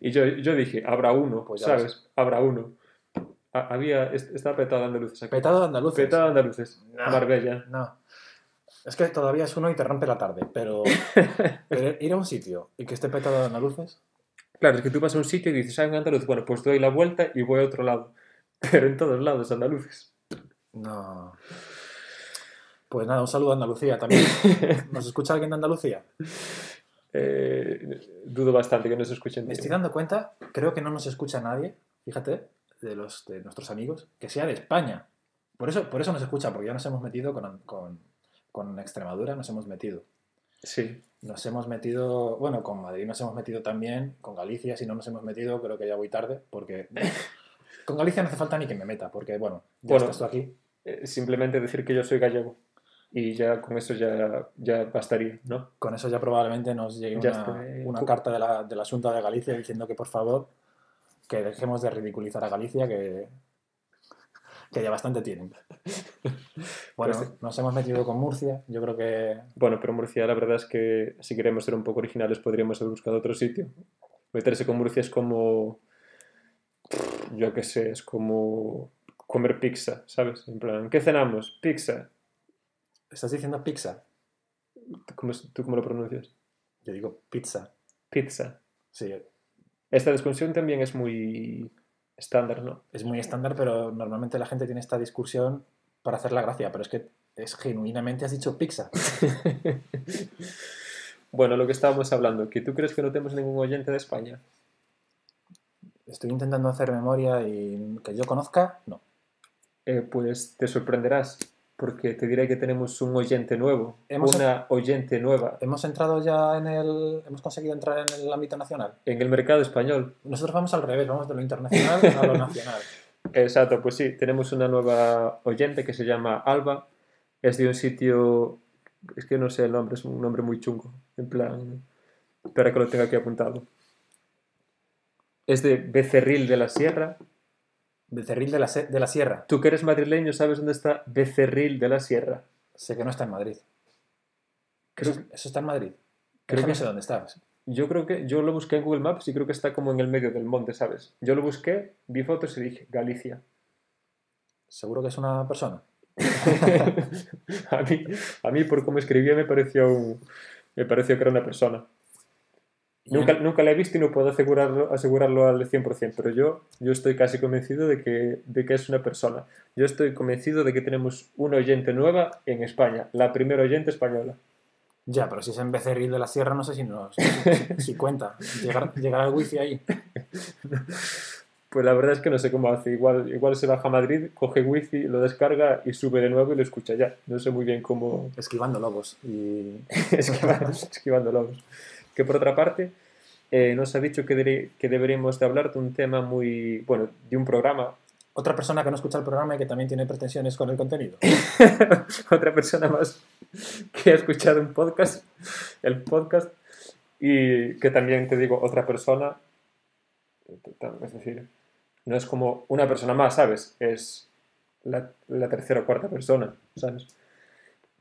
[SPEAKER 3] Y yo, yo dije, habrá uno,
[SPEAKER 2] Pues ya lo
[SPEAKER 3] ¿sabes? Habrá uno. Ha- Había, est- estaba petado de andaluces aquí.
[SPEAKER 2] Petado de andaluces.
[SPEAKER 3] Petado de andaluces.
[SPEAKER 2] Nah.
[SPEAKER 3] Marbella.
[SPEAKER 2] No. Es que todavía es uno y te rompe la tarde, pero, pero ir a un sitio y que esté petado de andaluces.
[SPEAKER 3] Claro, es que tú vas a un sitio y dices, ah, un andaluz. Bueno, pues doy la vuelta y voy a otro lado. Pero en todos lados andaluces.
[SPEAKER 2] No. Pues nada, un saludo a Andalucía también. ¿Nos escucha alguien de Andalucía?
[SPEAKER 3] Eh, dudo bastante que no se escuchen.
[SPEAKER 2] Me estoy dando cuenta, creo que no nos escucha nadie, fíjate, de, los, de nuestros amigos, que sea de España. Por eso, por eso nos escucha, porque ya nos hemos metido con, con, con Extremadura, nos hemos metido.
[SPEAKER 3] Sí.
[SPEAKER 2] Nos hemos metido, bueno, con Madrid nos hemos metido también, con Galicia, si no nos hemos metido, creo que ya voy tarde, porque con Galicia no hace falta ni que me meta, porque bueno, ya
[SPEAKER 3] Bueno.
[SPEAKER 2] estás tú aquí.
[SPEAKER 3] Eh, simplemente decir que yo soy gallego. Y ya con eso ya, ya bastaría, ¿no?
[SPEAKER 2] Con eso ya probablemente nos llegue
[SPEAKER 3] Ya
[SPEAKER 2] una,
[SPEAKER 3] está.
[SPEAKER 2] una carta de la, de la Junta de Galicia diciendo que por favor, que dejemos de ridiculizar a Galicia, que, que ya bastante tienen. Bueno,
[SPEAKER 3] Pues sí.
[SPEAKER 2] nos hemos metido con Murcia, yo creo que
[SPEAKER 3] Bueno, pero Murcia, la verdad es que si queremos ser un poco originales, podríamos haber buscado otro sitio. Meterse con Murcia es como. Yo qué sé, es como comer pizza, ¿sabes? En plan, ¿qué cenamos? Pizza.
[SPEAKER 2] estás diciendo pizza,
[SPEAKER 3] ¿Tú cómo, es- tú cómo lo pronuncias?
[SPEAKER 2] yo digo pizza,
[SPEAKER 3] Pizza.
[SPEAKER 2] sí,
[SPEAKER 3] Esta discusión también es muy estándar, ¿no?
[SPEAKER 2] es muy estándar, pero normalmente la gente tiene esta discusión para hacer la gracia, pero es que es genuinamente has dicho pizza.
[SPEAKER 3] bueno, lo que estábamos hablando, que tú crees que no tenemos ningún oyente de España.
[SPEAKER 2] Estoy intentando hacer memoria y que yo conozca, no.
[SPEAKER 3] Eh, pues te sorprenderás, porque te diré que tenemos un oyente nuevo,
[SPEAKER 2] Hemos-
[SPEAKER 3] una oyente nueva
[SPEAKER 2] Hemos entrado ya en el, hemos conseguido entrar en el ámbito nacional.
[SPEAKER 3] en el mercado español.
[SPEAKER 2] Nosotros vamos al revés, vamos de lo internacional a lo nacional.
[SPEAKER 3] Exacto, pues sí, tenemos una nueva oyente que se llama Alba, es de un sitio, es que no sé el nombre, es un nombre muy chungo, en plan, espera que lo tenga aquí apuntado. Es de Becerril de la Sierra.
[SPEAKER 2] Becerril de la, se- de la Sierra.
[SPEAKER 3] Tú que eres madrileño sabes dónde está Becerril de la Sierra.
[SPEAKER 2] Sé que no está en Madrid.
[SPEAKER 3] Creo-
[SPEAKER 2] Eso, eso está en Madrid.
[SPEAKER 3] creo
[SPEAKER 2] Creo que
[SPEAKER 3] que-
[SPEAKER 2] no sé dónde está.
[SPEAKER 3] Yo creo que yo lo busqué en Google Maps y creo que está como en el medio del monte, ¿sabes? Yo lo busqué, vi fotos y dije, Galicia.
[SPEAKER 2] Seguro que es una persona.
[SPEAKER 3] a, mí, a mí, por cómo escribía, me pareció, un- me pareció que era una persona.
[SPEAKER 2] Y
[SPEAKER 3] Nunca, nunca la he visto y no puedo asegurarlo, asegurarlo al 100%, pero yo, yo estoy casi convencido de que, de que es una persona. Yo estoy convencido de que tenemos una oyente nueva en España, la primera oyente española.
[SPEAKER 2] Ya, pero si es en Becerril de la Sierra, no sé si, nos, si, si cuenta. Llegar, llegar al wifi ahí.
[SPEAKER 3] Pues la verdad es que no sé cómo hace. Igual, igual se baja a Madrid, coge wifi, lo descarga y sube de nuevo y lo escucha ya. No sé muy bien cómo,
[SPEAKER 2] Esquivando lobos. Y
[SPEAKER 3] esquivando, esquivando lobos. Que por otra parte, eh, nos ha dicho que, dere- que deberíamos de hablar de un tema muy, bueno, de un programa.
[SPEAKER 2] otra persona que no escucha el programa y que también tiene pretensiones con el contenido.
[SPEAKER 3] Otra persona más que ha escuchado un podcast, el podcast, y que también te digo, otra persona, es decir, no es como una persona más, ¿sabes? Es la, la tercera o cuarta persona, ¿sabes?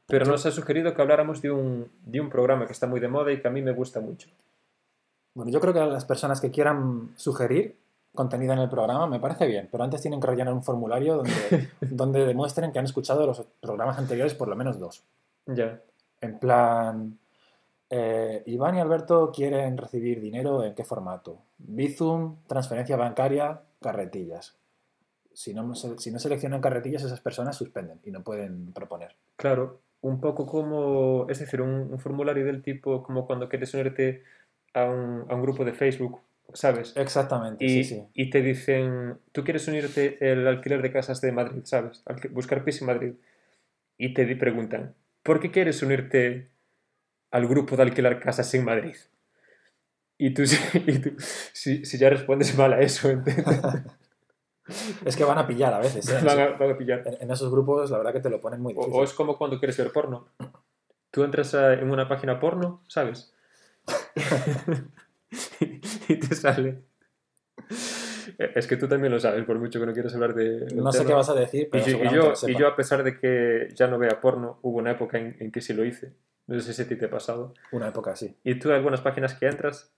[SPEAKER 3] Pero nos ha sugerido que habláramos de un, de un programa que está muy de moda y que a mí me gusta mucho.
[SPEAKER 2] Bueno, yo creo que a las personas que quieran sugerir contenido en el programa me parece bien, pero antes tienen que rellenar un formulario donde, donde demuestren que han escuchado los programas anteriores por lo menos dos.
[SPEAKER 3] Ya.
[SPEAKER 2] En plan, eh, Iván y Alberto quieren recibir dinero en qué formato? Bizum, transferencia bancaria, carretillas. Si no, se- si no seleccionan carretillas, esas personas suspenden y no pueden proponer.
[SPEAKER 3] Claro, un poco como, es decir, un, un formulario del tipo como cuando quieres unirte a un, a un grupo de Facebook, ¿sabes?
[SPEAKER 2] Exactamente,
[SPEAKER 3] Y,
[SPEAKER 2] sí, sí.
[SPEAKER 3] y te dicen, tú quieres unirte el alquiler de casas de Madrid, ¿sabes? Alqui- buscar piso en Madrid. Y te di- preguntan, ¿por qué quieres unirte al grupo de alquilar casas en Madrid? Y tú, si- y tú- si, si ya respondes mal a eso, ¿entiendes?
[SPEAKER 2] Es que van a pillar a veces. ¿eh?
[SPEAKER 3] Van a- van a pillar.
[SPEAKER 2] En, en esos grupos, la verdad que te lo ponen muy
[SPEAKER 3] O,
[SPEAKER 2] difícil.
[SPEAKER 3] o es como cuando quieres ver porno. Tú entras a- en una página porno, ¿sabes? y te sale. E, Es que tú también lo sabes, por mucho que no quieras hablar de. del
[SPEAKER 2] No sé
[SPEAKER 3] tema.
[SPEAKER 2] qué vas a decir,
[SPEAKER 3] Y
[SPEAKER 2] pero
[SPEAKER 3] yo, y
[SPEAKER 2] seguramente
[SPEAKER 3] yo-
[SPEAKER 2] lo sepa.
[SPEAKER 3] y yo, a pesar de que ya no vea porno, hubo una época en, en que sí lo hice. No sé si a ti te ha pasado.
[SPEAKER 2] Una época así.
[SPEAKER 3] Y tú hay algunas páginas que entras,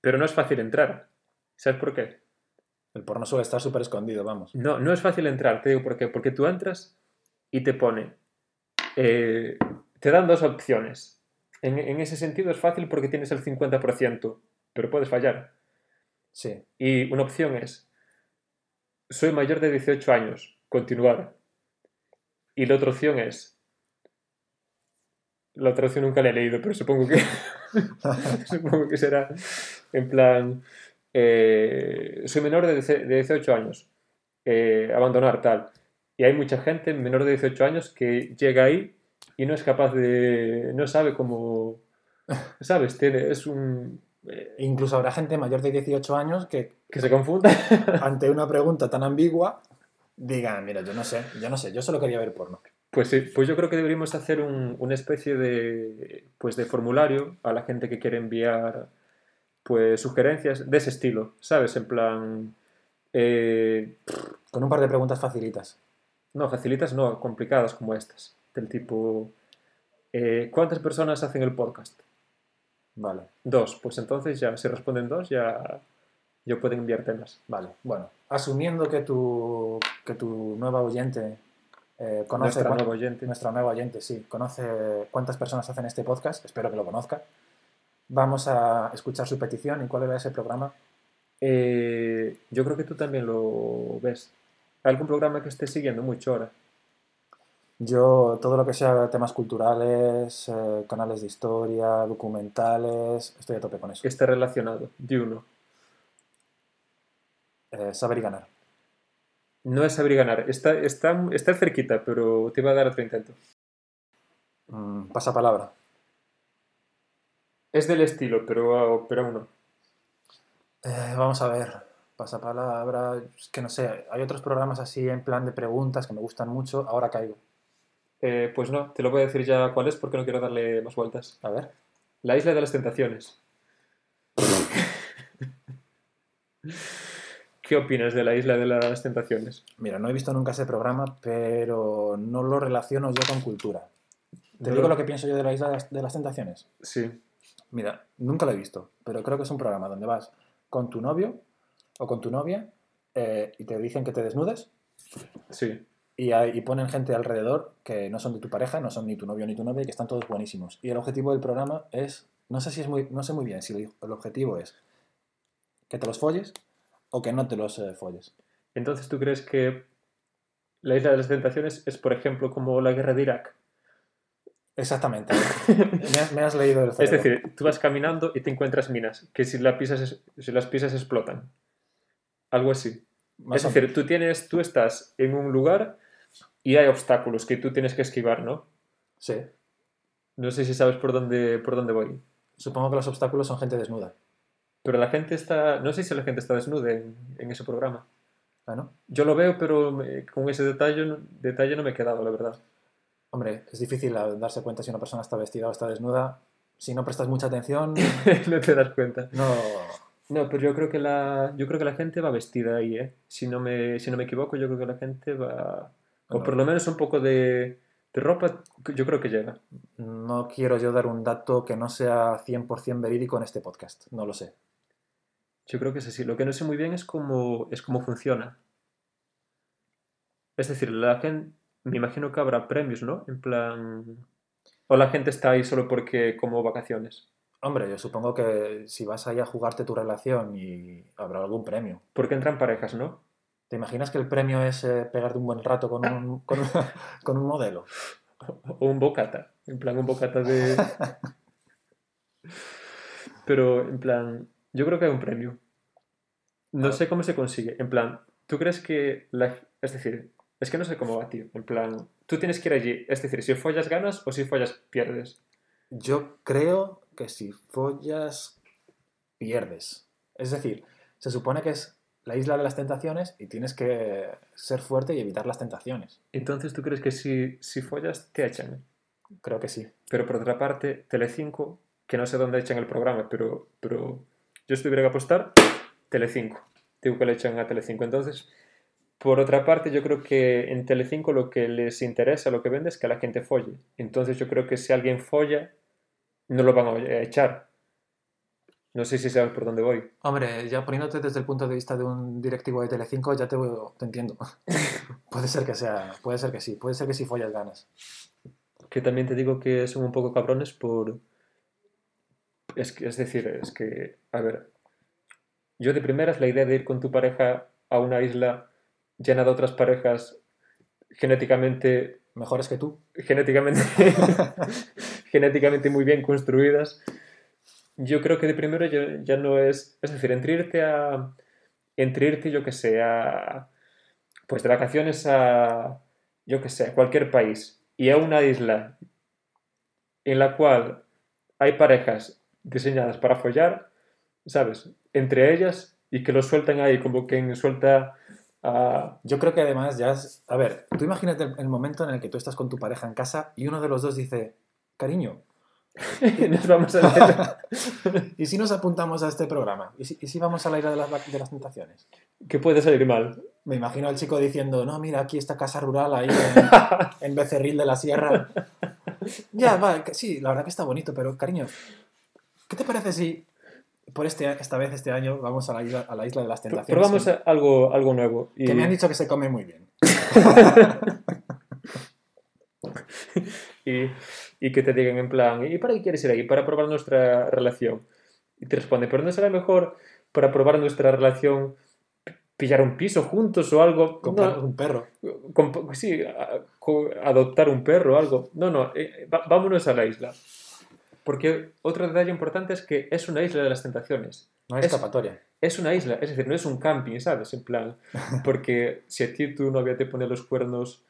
[SPEAKER 3] pero no es fácil entrar. ¿Sabes por qué?
[SPEAKER 2] El porno suele estar súper escondido, vamos.
[SPEAKER 3] No, no es fácil entrar, te digo por qué. Porque tú entras y te pone. eh, te dan dos opciones. En, en ese sentido es fácil porque tienes el 50%, pero puedes fallar.
[SPEAKER 2] Sí. E
[SPEAKER 3] Y una opción es, soy mayor de 18 años, continuar. Y la otra opción es, la otra opción nunca la he leído, pero supongo que, supongo que será en plan, eh, soy menor de 18 de 18 años, eh, abandonar tal. Y hay mucha gente menor de 18 años que llega ahí y no es capaz de, no sabe cómo, ¿sabes? Tiene, es un... eh,
[SPEAKER 2] Incluso habrá gente mayor de 18 años que
[SPEAKER 3] que se confunda.
[SPEAKER 2] ante una pregunta tan ambigua digan, mira, yo no sé, yo no sé, yo solo quería ver porno.
[SPEAKER 3] Pues sí, pues yo creo que deberíamos hacer un- una especie de, pues de formulario a la gente que quiere enviar pues sugerencias de ese estilo, ¿sabes? En plan, eh,
[SPEAKER 2] Con un par de preguntas facilitas.
[SPEAKER 3] no, facilitas, no, complicadas como estas, del tipo, eh, ¿cuántas personas hacen el podcast?
[SPEAKER 2] Vale,
[SPEAKER 3] Dos, pues entonces ya, si responden dos, ya, ya pueden enviar temas.
[SPEAKER 2] vale. Bueno, asumiendo que tu, que tu nueva oyente eh, conoce...
[SPEAKER 3] Nuestra
[SPEAKER 2] cuán-
[SPEAKER 3] nueva oyente.
[SPEAKER 2] nuestra nueva oyente, sí, conoce cuántas personas hacen este podcast, espero que lo conozca. Vamos a escuchar su petición y cuál era ese programa.
[SPEAKER 3] Eh, yo creo que tú también lo ves. ¿Algún programa que estés siguiendo mucho ahora?
[SPEAKER 2] Yo, todo lo que sea temas culturales, eh, canales de historia, documentales, estoy a tope con eso.
[SPEAKER 3] Que esté relacionado, de uno.
[SPEAKER 2] Eh, saber y ganar.
[SPEAKER 3] No es saber y ganar. Está, está, está cerquita, pero te iba a dar otro intento.
[SPEAKER 2] Mm, pasa palabra.
[SPEAKER 3] Es del estilo, pero, pero aún no.
[SPEAKER 2] Eh, vamos a ver, pasapalabra, es que no sé, hay otros programas así en plan de preguntas que me gustan mucho, ahora caigo.
[SPEAKER 3] Eh, pues no, te lo voy a decir ya cuál es porque no quiero darle más vueltas.
[SPEAKER 2] A ver,
[SPEAKER 3] La isla de las tentaciones. ¿Qué opinas de la isla de las tentaciones?
[SPEAKER 2] mira, no he visto nunca ese programa, pero no lo relaciono yo con cultura. ¿Te
[SPEAKER 3] No
[SPEAKER 2] digo lo que pienso yo de la Isla de las- de las Tentaciones?
[SPEAKER 3] Sí.
[SPEAKER 2] Mira, nunca lo he visto, pero creo que es un programa donde vas con tu novio o con tu novia eh, y te dicen que te desnudes
[SPEAKER 3] Sí.
[SPEAKER 2] y, hay- y ponen gente alrededor que no son de tu pareja, no son ni tu novio ni tu novia, y que están todos buenísimos. Y el objetivo del programa es, no sé si es muy, no sé muy bien si el el objetivo es que te los folles o que no te los eh, folles.
[SPEAKER 3] Entonces, ¿tú crees que la isla de las tentaciones es, por ejemplo, como la guerra de Irak?
[SPEAKER 2] Exactamente. me, has, me has leído el
[SPEAKER 3] Es
[SPEAKER 2] cerebro.
[SPEAKER 3] decir, tú vas caminando y te encuentras minas, que si, la pisas es- si las pisas explotan. Algo así.
[SPEAKER 2] Más o
[SPEAKER 3] es decir, tú, tienes, tú estás en un lugar y hay obstáculos que tú tienes que esquivar, ¿no?
[SPEAKER 2] Sí.
[SPEAKER 3] No sé si sabes por dónde, por dónde voy.
[SPEAKER 2] Supongo que los obstáculos son gente desnuda.
[SPEAKER 3] Pero la gente está... No sé si la gente está desnuda en, en ese programa.
[SPEAKER 2] Ah, ¿no?
[SPEAKER 3] Yo lo veo, pero me- con ese detalle, no- detalle no me he quedado, la verdad.
[SPEAKER 2] Hombre, es difícil ah, darse cuenta si una persona está vestida o está desnuda. Si no prestas mucha atención,
[SPEAKER 3] no te das cuenta.
[SPEAKER 2] no.
[SPEAKER 3] No, pero yo creo que la, yo creo que la gente va vestida ahí, ¿eh? Si no me, si no me equivoco, yo creo que la gente va... O
[SPEAKER 2] No.
[SPEAKER 3] por lo menos un poco de, de ropa, yo creo que llega.
[SPEAKER 2] No quiero yo dar un dato que no sea 100% verídico en este podcast. No lo sé.
[SPEAKER 3] Yo creo que es así. Lo que no sé muy bien es cómo, es cómo funciona. Es decir, la gente, me imagino que habrá premios, ¿no? En plan... O la gente está ahí solo porque como vacaciones.
[SPEAKER 2] Hombre, yo supongo que si vas ahí a jugarte tu relación y habrá algún premio.
[SPEAKER 3] Porque entran parejas, ¿no?
[SPEAKER 2] ¿Te imaginas que el premio es eh, pegarte un buen rato con un, con un- con un modelo?
[SPEAKER 3] O un bocata. En plan, un bocata de... Pero, en plan, yo creo que hay un premio. No
[SPEAKER 2] Ah.
[SPEAKER 3] sé cómo se consigue. En plan, ¿tú crees que la... Es decir, es que no sé cómo va, tío. En plan, tú tienes que ir allí. Es decir, si follas ganas o si follas pierdes.
[SPEAKER 2] Yo creo que si follas, pierdes. Es decir, se supone que es la isla de las tentaciones y tienes que ser fuerte y evitar las tentaciones.
[SPEAKER 3] Entonces, ¿tú crees que si, si follas te echan?
[SPEAKER 2] Creo que sí.
[SPEAKER 3] Pero por otra parte, Telecinco que no sé dónde echan el programa, pero, pero yo si tuviera que apostar, Telecinco. Digo que le echan a Telecinco. Entonces, por otra parte, yo creo que en Telecinco lo que les interesa, lo que vende es que la gente folle. Entonces yo creo que si alguien folla, no lo van a echar. No sé si sabes por dónde voy.
[SPEAKER 2] Hombre, ya poniéndote desde el punto de vista de un directivo de Telecinco, ya te, veo- te entiendo. puede ser que sea, puede ser que sí, puede ser que sí follas ganas.
[SPEAKER 3] Que también te digo que son un poco cabrones por... Es, que- es decir, es que, a ver, yo de primeras la idea de ir con tu pareja a una isla llena de otras parejas genéticamente
[SPEAKER 2] Mejores que tú.
[SPEAKER 3] genéticamente, genéticamente muy bien construidas, yo creo que de primero ya, ya no es... Es decir, entre irte a... Entre irte, yo que sé, a... Pues de vacaciones a... Yo que sé, a cualquier país y a una isla en la cual hay parejas diseñadas para follar, ¿sabes? Entre ellas y que los sueltan ahí como quien suelta a...
[SPEAKER 2] Yo creo que además ya es... A ver, tú imagínate el, el momento en el que tú estás con tu pareja en casa y uno de los dos dice, cariño,
[SPEAKER 3] Nos vamos a hacer-
[SPEAKER 2] ¿y si nos apuntamos a este programa? ¿Y si, y si vamos a la isla de las, vac- de las tentaciones?
[SPEAKER 3] que puede salir mal.
[SPEAKER 2] Me imagino al chico diciendo, no, mira, aquí esta casa rural ahí en, en Becerril de la Sierra. Ya, va, que sí, la verdad que está bonito, pero cariño, ¿qué te parece si por este, esta vez, este año, vamos a la isla, a la isla de las
[SPEAKER 3] Pro-
[SPEAKER 2] tentaciones?
[SPEAKER 3] Probamos
[SPEAKER 2] que,
[SPEAKER 3] a- algo, algo nuevo. Y
[SPEAKER 2] que me han dicho que se come muy bien.
[SPEAKER 3] y, y que te digan en plan, ¿y para qué quieres ir ahí? Para probar nuestra relación. Y te responde, ¿pero no será mejor para probar nuestra relación p- pillar un piso juntos o algo?
[SPEAKER 2] Comprar
[SPEAKER 3] No,
[SPEAKER 2] un perro.
[SPEAKER 3] comp- sí, a- co- adoptar un perro o algo. No, no, eh, va- vámonos a la isla. Porque otro detalle importante es que es una isla de las tentaciones.
[SPEAKER 2] No hay
[SPEAKER 3] Es-
[SPEAKER 2] escapatoria.
[SPEAKER 3] es una isla, es decir, no es un camping, ¿sabes? En plan, porque si a ti tu novia te pone los cuernos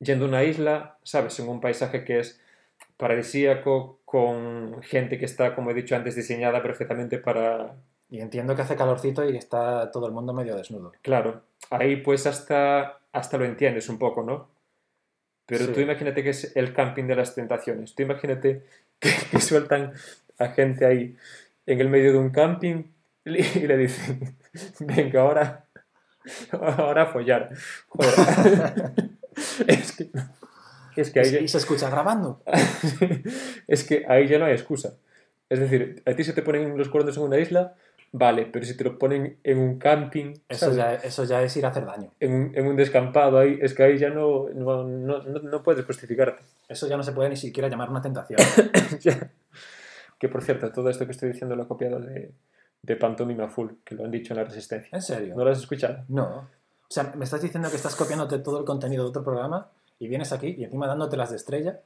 [SPEAKER 3] yendo a una isla, ¿sabes? En un paisaje que es paradisíaco, con gente que está, como he dicho antes, diseñada perfectamente para...
[SPEAKER 2] Y entiendo que hace calorcito y que está todo el mundo medio desnudo.
[SPEAKER 3] Claro, ahí pues hasta, hasta lo entiendes un poco, ¿no? Pero
[SPEAKER 2] Sí.
[SPEAKER 3] tú imagínate que es el camping de las tentaciones, tú imagínate que, que sueltan a gente ahí en el medio de un camping y le dicen, venga, ahora, ahora a follar. Joder. es que, es que ahí ya-
[SPEAKER 2] Y se escucha grabando.
[SPEAKER 3] es que ahí ya no hay excusa. Es decir, a ti se te ponen los cuernos en una isla, vale, pero si te lo ponen en un camping,
[SPEAKER 2] Eso
[SPEAKER 3] ¿sabes?
[SPEAKER 2] ya, eso ya es ir a hacer daño.
[SPEAKER 3] en, un- en un descampado, ahí, es que ahí ya no, no, no, no- no puedes justificarte.
[SPEAKER 2] Eso ya no se puede ni siquiera llamar una tentación.
[SPEAKER 3] Ya. que por cierto, todo esto que estoy diciendo lo he copiado de, de Pantomima Full, que lo han dicho en la Resistencia.
[SPEAKER 2] ¿En serio?
[SPEAKER 3] ¿No lo has escuchado?
[SPEAKER 2] No. O sea, me estás diciendo que estás copiándote todo el contenido de otro programa y vienes aquí y encima dándote las de estrella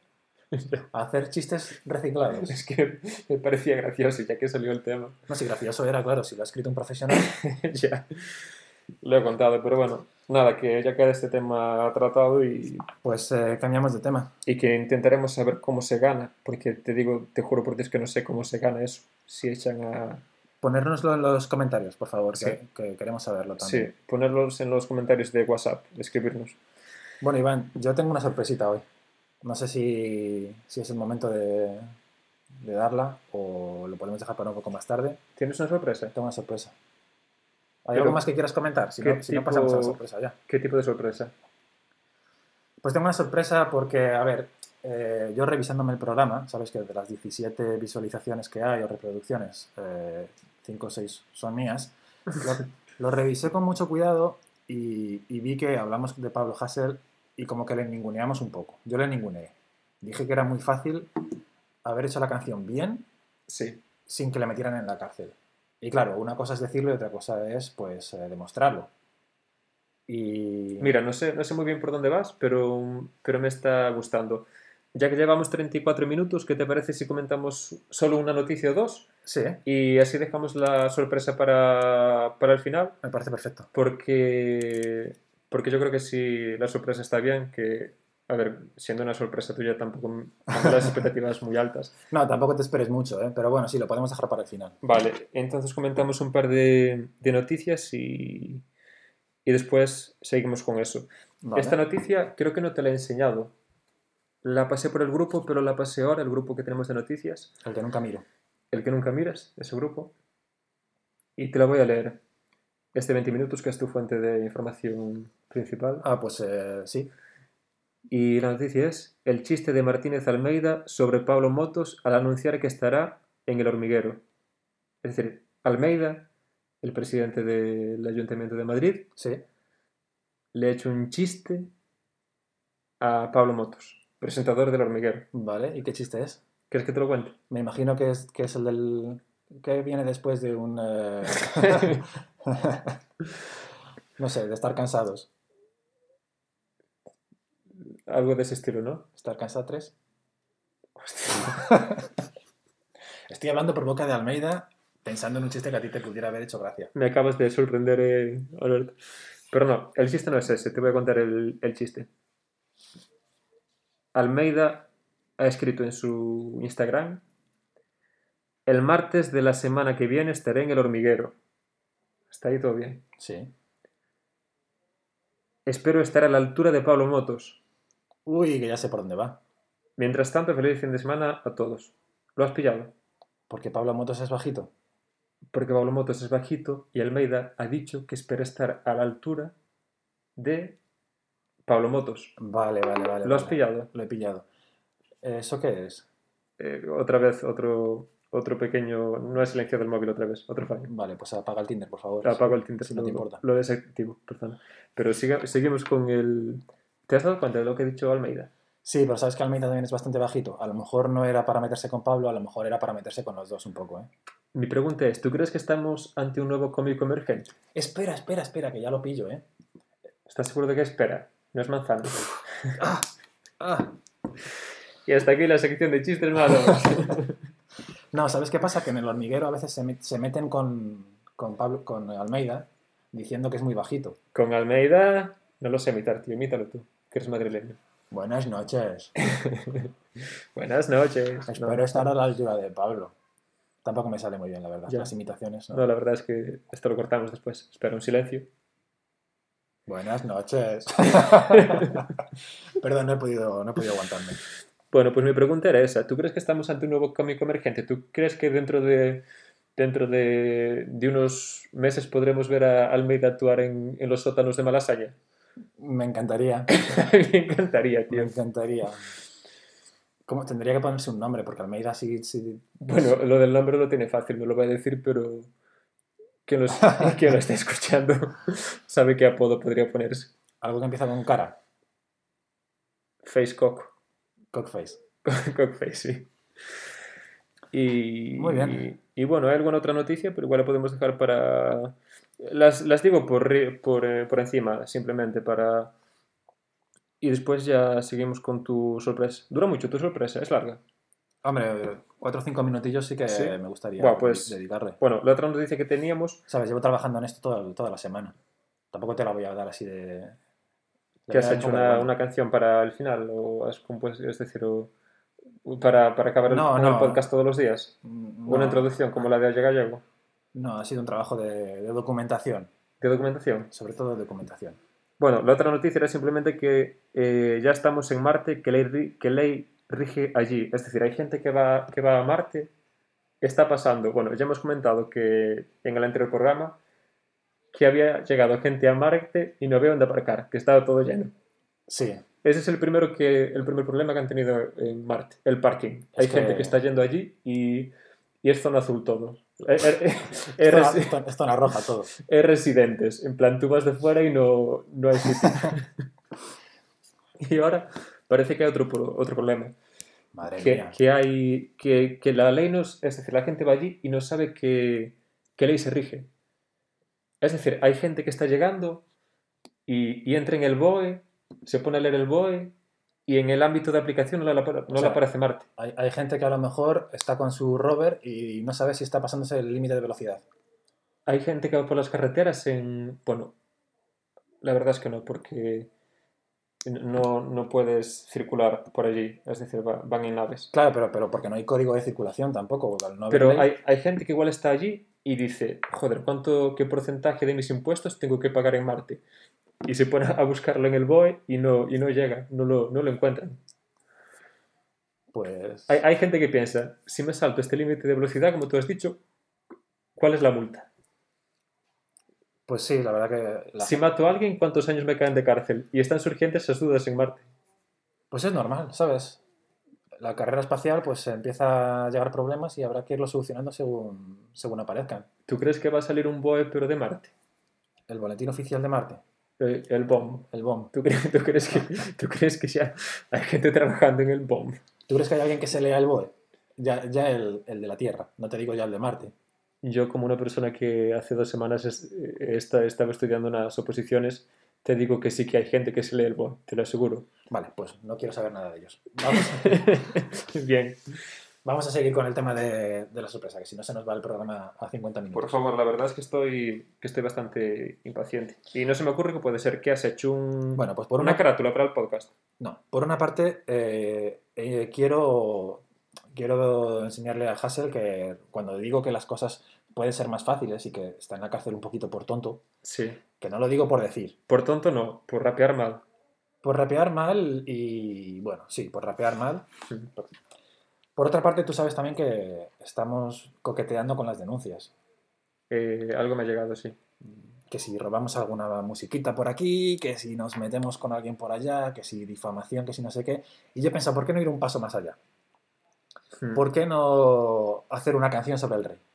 [SPEAKER 2] a hacer chistes reciclados.
[SPEAKER 3] Es que me parecía gracioso ya que salió el tema.
[SPEAKER 2] No, si gracioso era, claro, si lo ha escrito un profesional.
[SPEAKER 3] ya lo he contado, pero bueno, nada, que ya queda este tema tratado y,
[SPEAKER 2] Pues eh, cambiamos de tema.
[SPEAKER 3] y que intentaremos saber cómo se gana, porque te digo, te juro por Dios que no sé cómo se gana eso, si echan a...
[SPEAKER 2] Ponérnoslo en los comentarios, por favor, que,
[SPEAKER 3] Sí.
[SPEAKER 2] que queremos saberlo
[SPEAKER 3] Sí,
[SPEAKER 2] también.
[SPEAKER 3] ponerlos en los comentarios de WhatsApp, escribirnos.
[SPEAKER 2] Bueno, Iván, yo tengo una sorpresita hoy. No sé si, si es el momento de, de darla o lo podemos dejar para un poco más tarde.
[SPEAKER 3] ¿Tienes una sorpresa?
[SPEAKER 2] Tengo una sorpresa. ¿Hay
[SPEAKER 3] Pero,
[SPEAKER 2] algo más que quieras comentar? Si,
[SPEAKER 3] ¿qué
[SPEAKER 2] no, si no, pasamos a la
[SPEAKER 3] tipo-
[SPEAKER 2] sorpresa ya.
[SPEAKER 3] ¿Qué tipo de sorpresa?
[SPEAKER 2] Pues tengo una sorpresa porque, a ver, eh, yo revisándome el programa, sabes que de las 17 visualizaciones que hay o reproducciones, 5 o 6 son mías, lo, lo revisé con mucho cuidado y, y vi que hablamos de Pablo Hassel y como que le ninguneamos un poco. Yo le ninguneé. Dije que era muy fácil haber hecho la canción bien
[SPEAKER 3] Sí.
[SPEAKER 2] sin que le metieran en la cárcel. Y claro, una cosa es decirlo y otra cosa es pues eh, demostrarlo. Y
[SPEAKER 3] Mira, no sé, no sé muy bien por dónde vas, pero, pero me está gustando. Ya que llevamos 34 minutos, ¿qué te parece si comentamos solo una noticia o dos?
[SPEAKER 2] sí, ¿eh?
[SPEAKER 3] Y así dejamos la sorpresa para, para el final,
[SPEAKER 2] me parece perfecto.
[SPEAKER 3] porque, porque yo creo que si la sorpresa está bien, que, a ver, siendo una sorpresa tuya tampoco me- tengo las expectativas muy altas.
[SPEAKER 2] No, tampoco te esperes mucho, ¿eh? pero bueno, sí, lo podemos dejar para el final.
[SPEAKER 3] Vale, entonces comentamos un par de, de noticias y, y después seguimos con eso.
[SPEAKER 2] Vale. Este
[SPEAKER 3] Esta noticia creo que no te la he enseñado. la pasé por el grupo, pero la pasé ahora, el grupo que tenemos de noticias,
[SPEAKER 2] Al que nunca miro.
[SPEAKER 3] el que nunca miras, ese grupo. Y te la voy a leer. Este 20 minutos, que es tu fuente de información principal.
[SPEAKER 2] Ah, pues eh, sí.
[SPEAKER 3] Y la noticia es el chiste de Martínez Almeida sobre Pablo Motos al anunciar que estará en el hormiguero. Es decir, Almeida, el presidente del Ayuntamiento de Madrid,
[SPEAKER 2] Sí.
[SPEAKER 3] le ha hecho un chiste a Pablo Motos, presentador del hormiguero.
[SPEAKER 2] Vale. ¿Y qué chiste es?
[SPEAKER 3] ¿Quieres que te lo cuente?
[SPEAKER 2] Me imagino que es, que es el del. que viene después de un. eh, no sé, de estar cansados.
[SPEAKER 3] Algo de ese estilo, ¿no?
[SPEAKER 2] ¿Estar cansado tres? Estoy hablando por boca de Almeida pensando en un chiste que a ti te pudiera haber hecho gracia.
[SPEAKER 3] Me acabas de sorprender, eh, Alberto. Pero no, el chiste no es ese, te voy a contar el, el chiste. Almeida ha escrito en su Instagram, el martes de la semana que viene estaré en el hormiguero. Está ahí todo bien.
[SPEAKER 2] Sí.
[SPEAKER 3] Espero estar a la altura de Pablo Motos.
[SPEAKER 2] Uy, que ya sé por dónde va.
[SPEAKER 3] Mientras tanto, feliz fin de semana a todos. ¿Lo has pillado?
[SPEAKER 2] Porque Pablo Motos es bajito.
[SPEAKER 3] Porque Pablo Motos es bajito y Almeida ha dicho que espera estar a la altura de Pablo Motos.
[SPEAKER 2] Vale, vale, vale.
[SPEAKER 3] ¿Lo has
[SPEAKER 2] vale.
[SPEAKER 3] pillado?
[SPEAKER 2] Lo he pillado. ¿Eso qué es?
[SPEAKER 3] Eh, otra vez, otro, otro pequeño. No he silenciado el móvil otra vez, otro fallo.
[SPEAKER 2] Vale, pues apaga el Tinder, por favor.
[SPEAKER 3] Apago el Tinder,
[SPEAKER 2] si no te
[SPEAKER 3] lo-
[SPEAKER 2] importa.
[SPEAKER 3] Lo desactivo, perdona. Pero siga- seguimos con el. ¿Te has dado cuenta de lo que ha dicho Almeida?
[SPEAKER 2] Sí, pero sabes que Almeida también es bastante bajito. A lo mejor no era para meterse con Pablo, a lo mejor era para meterse con los dos un poco, ¿eh?
[SPEAKER 3] Mi pregunta es: ¿tú crees que estamos ante un nuevo cómico emergente?
[SPEAKER 2] Espera, espera, espera, que ya lo pillo, ¿eh?
[SPEAKER 3] ¿Estás seguro de que espera? No es manzana.
[SPEAKER 2] Ah.
[SPEAKER 3] y hasta aquí la sección de chistes malos.
[SPEAKER 2] No, ¿sabes qué pasa? Que en el hormiguero a veces se, met- se meten con, con Pablo, con Almeida diciendo que es muy bajito.
[SPEAKER 3] Con Almeida, no lo sé imitar, tío, imítalo tú, que eres madrileño.
[SPEAKER 2] Buenas noches.
[SPEAKER 3] Buenas noches.
[SPEAKER 2] Ah, Espero
[SPEAKER 3] No,
[SPEAKER 2] estar a la altura de Pablo. Tampoco me sale muy bien, la verdad.
[SPEAKER 3] Ya.
[SPEAKER 2] Las imitaciones, ¿no?
[SPEAKER 3] no, la verdad es que esto lo cortamos después. Espera un silencio.
[SPEAKER 2] Buenas noches. Perdón, no he podido, no he podido aguantarme.
[SPEAKER 3] Bueno, pues mi pregunta era esa. ¿Tú crees que estamos ante un nuevo cómico emergente? ¿Tú crees que dentro de dentro de, de unos meses podremos ver a Almeida actuar en, en los sótanos de Malasaña?
[SPEAKER 2] Me encantaría.
[SPEAKER 3] Me encantaría,
[SPEAKER 2] Me
[SPEAKER 3] tío.
[SPEAKER 2] encantaría. ¿Cómo? Tendría que ponerse un nombre, porque Almeida sí. sí-
[SPEAKER 3] Bueno, lo del nombre lo tiene fácil, no lo voy a decir, pero quien lo, quien lo esté escuchando sabe qué apodo podría ponerse.
[SPEAKER 2] Algo que empieza con cara.
[SPEAKER 3] Facecock.
[SPEAKER 2] Cockface.
[SPEAKER 3] Cockface, sí. Y,
[SPEAKER 2] Muy bien.
[SPEAKER 3] Y, y bueno, hay alguna otra noticia, pero igual la podemos dejar para. Las, las digo por, ri- por, eh, por encima, simplemente para. Y después ya seguimos con tu sorpresa. Dura mucho tu sorpresa, es larga.
[SPEAKER 2] Hombre, cuatro o cinco minutillos sí que
[SPEAKER 3] Sí.
[SPEAKER 2] me gustaría
[SPEAKER 3] Buah, pues-
[SPEAKER 2] dedicarle.
[SPEAKER 3] Bueno, la otra noticia que teníamos,
[SPEAKER 2] Sabes, llevo trabajando en esto toda, toda la semana. Tampoco te la voy a dar así de. le voy
[SPEAKER 3] que
[SPEAKER 2] a
[SPEAKER 3] has
[SPEAKER 2] dar un
[SPEAKER 3] hecho
[SPEAKER 2] poco de
[SPEAKER 3] una,
[SPEAKER 2] vuelta.
[SPEAKER 3] una canción para el final, o has compuesto, es decir, o- para, para acabar el-
[SPEAKER 2] No,
[SPEAKER 3] con el
[SPEAKER 2] no.
[SPEAKER 3] podcast todos los días.
[SPEAKER 2] Mm,
[SPEAKER 3] Una
[SPEAKER 2] no,
[SPEAKER 3] introducción como la de Oye Gallego,
[SPEAKER 2] No, ha sido un trabajo de, de documentación.
[SPEAKER 3] de documentación.
[SPEAKER 2] Sobre todo de documentación.
[SPEAKER 3] Bueno, la otra noticia era simplemente que eh, ya estamos en Marte, que ley, ri- que ley rige allí. Es decir, hay gente que va, que va a Marte. Está pasando, bueno, ya hemos comentado que en el anterior programa que había llegado gente a Marte y no había dónde aparcar, que estaba todo lleno.
[SPEAKER 2] Sí,
[SPEAKER 3] Ese es el, primero que, el primer problema que han tenido en Marte, el parking.
[SPEAKER 2] Es
[SPEAKER 3] Hay gente
[SPEAKER 2] que-
[SPEAKER 3] que está yendo allí y, y es zona azul todo. Eh, Es- es- es-
[SPEAKER 2] esto es zona- es zona roja todo.
[SPEAKER 3] es residentes. En plan, tú vas de fuera y no, no hay sitio. y ahora parece que hay otro, pro- otro problema.
[SPEAKER 2] Madre
[SPEAKER 3] Que,
[SPEAKER 2] mía.
[SPEAKER 3] que hay que, que la ley nos... Es decir, la gente va allí y no sabe qué, qué ley se rige. Es decir, hay gente que está llegando y, y entra en el BOE, se pone a leer el BOE y en el ámbito de aplicación no le, apare- no
[SPEAKER 2] O
[SPEAKER 3] le
[SPEAKER 2] sea,
[SPEAKER 3] aparece Marte.
[SPEAKER 2] Hay, hay gente que a lo mejor está con su rover y no sabe si está pasándose el límite de velocidad.
[SPEAKER 3] Hay gente que va por las carreteras en. Bueno, la verdad es que no, porque no, no puedes circular por allí, es decir, va- van en naves.
[SPEAKER 2] Claro, pero, pero porque no hay código de circulación tampoco. porque al no haber
[SPEAKER 3] Pero
[SPEAKER 2] ley-
[SPEAKER 3] hay, hay gente que igual está allí y dice, joder, ¿cuánto, qué porcentaje de mis impuestos tengo que pagar en Marte? Y se pone a buscarlo en el BOE y no, y no llega, no lo, no lo encuentran.
[SPEAKER 2] pues...
[SPEAKER 3] Hay, hay gente que piensa, si me salto este límite de velocidad, como tú has dicho, ¿cuál es la multa?
[SPEAKER 2] Pues sí, la verdad que... la-
[SPEAKER 3] Si mato a alguien, ¿cuántos años me caen de cárcel? Y están surgientes esas dudas en Marte.
[SPEAKER 2] Pues es normal, ¿sabes? La carrera espacial pues empieza a llegar problemas y habrá que irlo solucionando según, según aparezcan.
[SPEAKER 3] ¿Tú crees que va a salir un BOE pero de Marte?
[SPEAKER 2] El boletín oficial de Marte,
[SPEAKER 3] Eh, el BOM.
[SPEAKER 2] el BOM.
[SPEAKER 3] ¿Tú crees, tú crees que, tú crees que sea, hay gente trabajando en el BOM?
[SPEAKER 2] ¿Tú crees que hay alguien que se lea el BOE? Ya, ya el, el de la Tierra, no te digo ya el de Marte.
[SPEAKER 3] Yo, como una persona que hace dos semanas es- eh, esta- estaba estudiando unas oposiciones, te digo que sí que hay gente que se lee el BOE, te lo aseguro.
[SPEAKER 2] Vale, pues no quiero saber nada de ellos. Vamos,
[SPEAKER 3] Bien.
[SPEAKER 2] vamos a seguir con el tema de, de la sorpresa, que si no se nos va el programa a 50 minutos.
[SPEAKER 3] Por favor, la verdad es que estoy, que estoy bastante impaciente. Y no se me ocurre que puede ser que has hecho un,
[SPEAKER 2] Bueno, pues por
[SPEAKER 3] una
[SPEAKER 2] una,
[SPEAKER 3] carátula para el podcast.
[SPEAKER 2] No, por una parte, eh, eh, quiero, quiero enseñarle a Hassel que cuando digo que las cosas pueden ser más fáciles y que está en la cárcel un poquito por tonto,
[SPEAKER 3] Sí.
[SPEAKER 2] que no lo digo por decir,
[SPEAKER 3] Por tonto no, por rapear mal.
[SPEAKER 2] por rapear mal y bueno, sí, por rapear mal.
[SPEAKER 3] Sí.
[SPEAKER 2] Por otra parte, tú sabes también que estamos coqueteando con las denuncias.
[SPEAKER 3] Eh, algo me ha llegado, sí.
[SPEAKER 2] Que si robamos alguna musiquita por aquí, que si nos metemos con alguien por allá, que si difamación, que si no sé qué. Y yo he pensado, ¿por qué no ir un paso más allá? ¿Por qué no hacer una canción sobre el rey?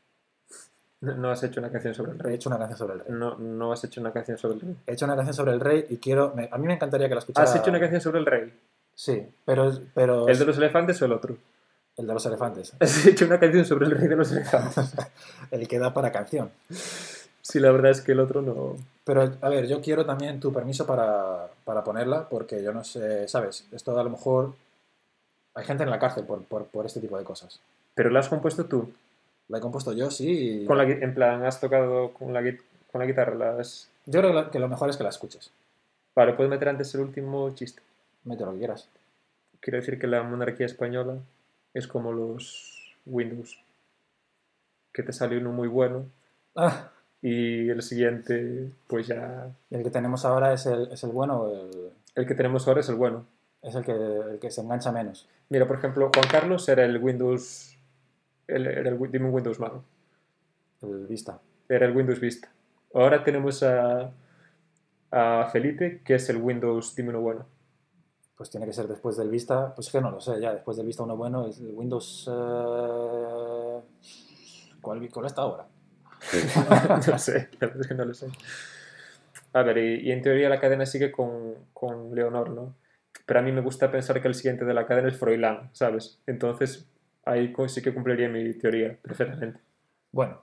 [SPEAKER 3] No, no has hecho una canción sobre el
[SPEAKER 2] He
[SPEAKER 3] rey.
[SPEAKER 2] hecho una canción sobre el rey.
[SPEAKER 3] No, no has hecho una canción sobre el rey.
[SPEAKER 2] He hecho una canción sobre el rey y quiero. me- a mí me encantaría que la escuchara.
[SPEAKER 3] ¿Has hecho una canción sobre el rey?
[SPEAKER 2] Sí, pero. pero
[SPEAKER 3] ¿El de los elefantes o el otro?
[SPEAKER 2] el de los elefantes.
[SPEAKER 3] Has hecho una canción sobre el rey de los elefantes.
[SPEAKER 2] el que da para canción.
[SPEAKER 3] Sí, la verdad es que el otro no.
[SPEAKER 2] Pero, a ver, yo quiero también tu permiso para, para ponerla, porque yo no sé, ¿sabes? Esto a lo mejor. Hay gente en la cárcel por, por, por este tipo de cosas.
[SPEAKER 3] Pero la has compuesto tú.
[SPEAKER 2] La he compuesto yo, sí. y-
[SPEAKER 3] Con la, gui- en plan, has tocado con la, gui- con la guitarra. Las...
[SPEAKER 2] Yo creo que lo, que lo mejor es que la escuches.
[SPEAKER 3] Vale, puedes meter antes el último chiste.
[SPEAKER 2] Mete lo que quieras.
[SPEAKER 3] Quiero decir que la monarquía española es como los Windows. Que te sale uno muy bueno
[SPEAKER 2] Ah,
[SPEAKER 3] y el siguiente, pues ya.
[SPEAKER 2] el que tenemos ahora es el, es el bueno, el-
[SPEAKER 3] El que tenemos ahora es el bueno.
[SPEAKER 2] es el que, el que se engancha menos.
[SPEAKER 3] Mira, por ejemplo, Juan Carlos era el Windows. el- era el, Win- dime un Windows malo.
[SPEAKER 2] El vista.
[SPEAKER 3] Era el Windows Vista. Ahora tenemos a, a Felipe, que es el Windows, dime uno bueno.
[SPEAKER 2] Pues tiene que ser después del Vista. Pues es que no lo sé, ya. Después del Vista uno bueno es el Windows. eh, ¿Cuál, ¿Cuál está ahora?
[SPEAKER 3] no sé, la verdad es que no lo sé. A ver, y, y en teoría la cadena sigue con, con Leonor, ¿no? Pero a mí me gusta pensar que el siguiente de la cadena es Froilán, ¿sabes? Entonces ahí co- sí que cumpliría mi teoría perfectamente.
[SPEAKER 2] Bueno.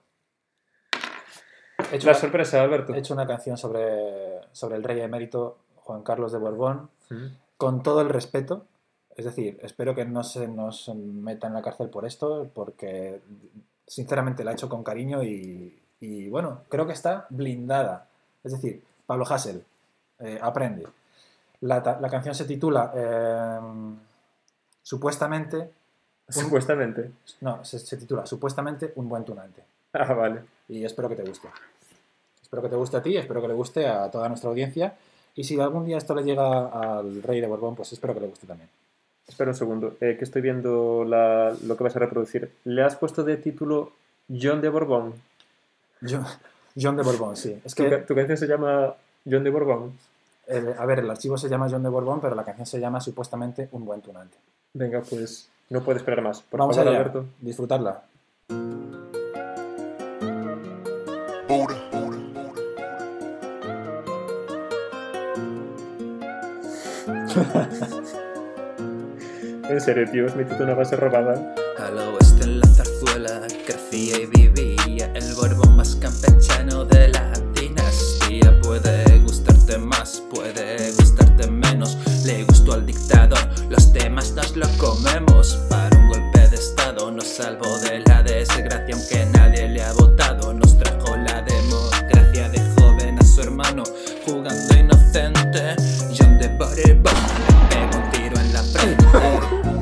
[SPEAKER 2] He hecho,
[SPEAKER 3] La
[SPEAKER 2] una,
[SPEAKER 3] sorpresa, Alberto.
[SPEAKER 2] he hecho una canción sobre, sobre el rey emérito Juan Carlos de Borbón,
[SPEAKER 3] Mm.
[SPEAKER 2] con todo el respeto. Es decir, espero que no se nos meta en la cárcel por esto, porque sinceramente la he hecho con cariño y, y, bueno, creo que está blindada. Es decir, Pablo Hassel, eh, aprende. La, ta- la canción se titula eh, Supuestamente,
[SPEAKER 3] Supuestamente.
[SPEAKER 2] no, se, se titula Supuestamente un buen tunante.
[SPEAKER 3] Ah, vale.
[SPEAKER 2] Y espero que te guste. Espero que te guste a ti, espero que le guste a toda nuestra audiencia. Y si algún día esto le llega al rey de Borbón, pues espero que le guste también.
[SPEAKER 3] Espera un segundo, eh, que estoy viendo la- lo que vas a reproducir. ¿Le has puesto de título John de Borbón?
[SPEAKER 2] John, John de Borbón, sí. Es
[SPEAKER 3] ¿Tu,
[SPEAKER 2] que,
[SPEAKER 3] ca- tu canción se llama John de Borbón?
[SPEAKER 2] eh, a ver, el archivo se llama John de Borbón, pero la canción se llama supuestamente Un buen tunante.
[SPEAKER 3] Venga, pues no puedo esperar más. Por
[SPEAKER 2] Vamos
[SPEAKER 3] favor,
[SPEAKER 2] allá,
[SPEAKER 3] Alberto.
[SPEAKER 2] disfrutarla.
[SPEAKER 3] En serio, tío, has metido una base robada.
[SPEAKER 1] Al oeste en la zarzuela crecía y vivía el borbón más campechano de la dinastía. Puede gustarte más, puede gustarte menos. Le gustó al dictador, los temas nos lo comemos. Para un golpe de estado nos salvó de la desgracia, aunque nadie le ha votado. Nos trajo la democracia de joven a su hermano, jugando inocente. John de Borbón le pegó un tiro en la frente.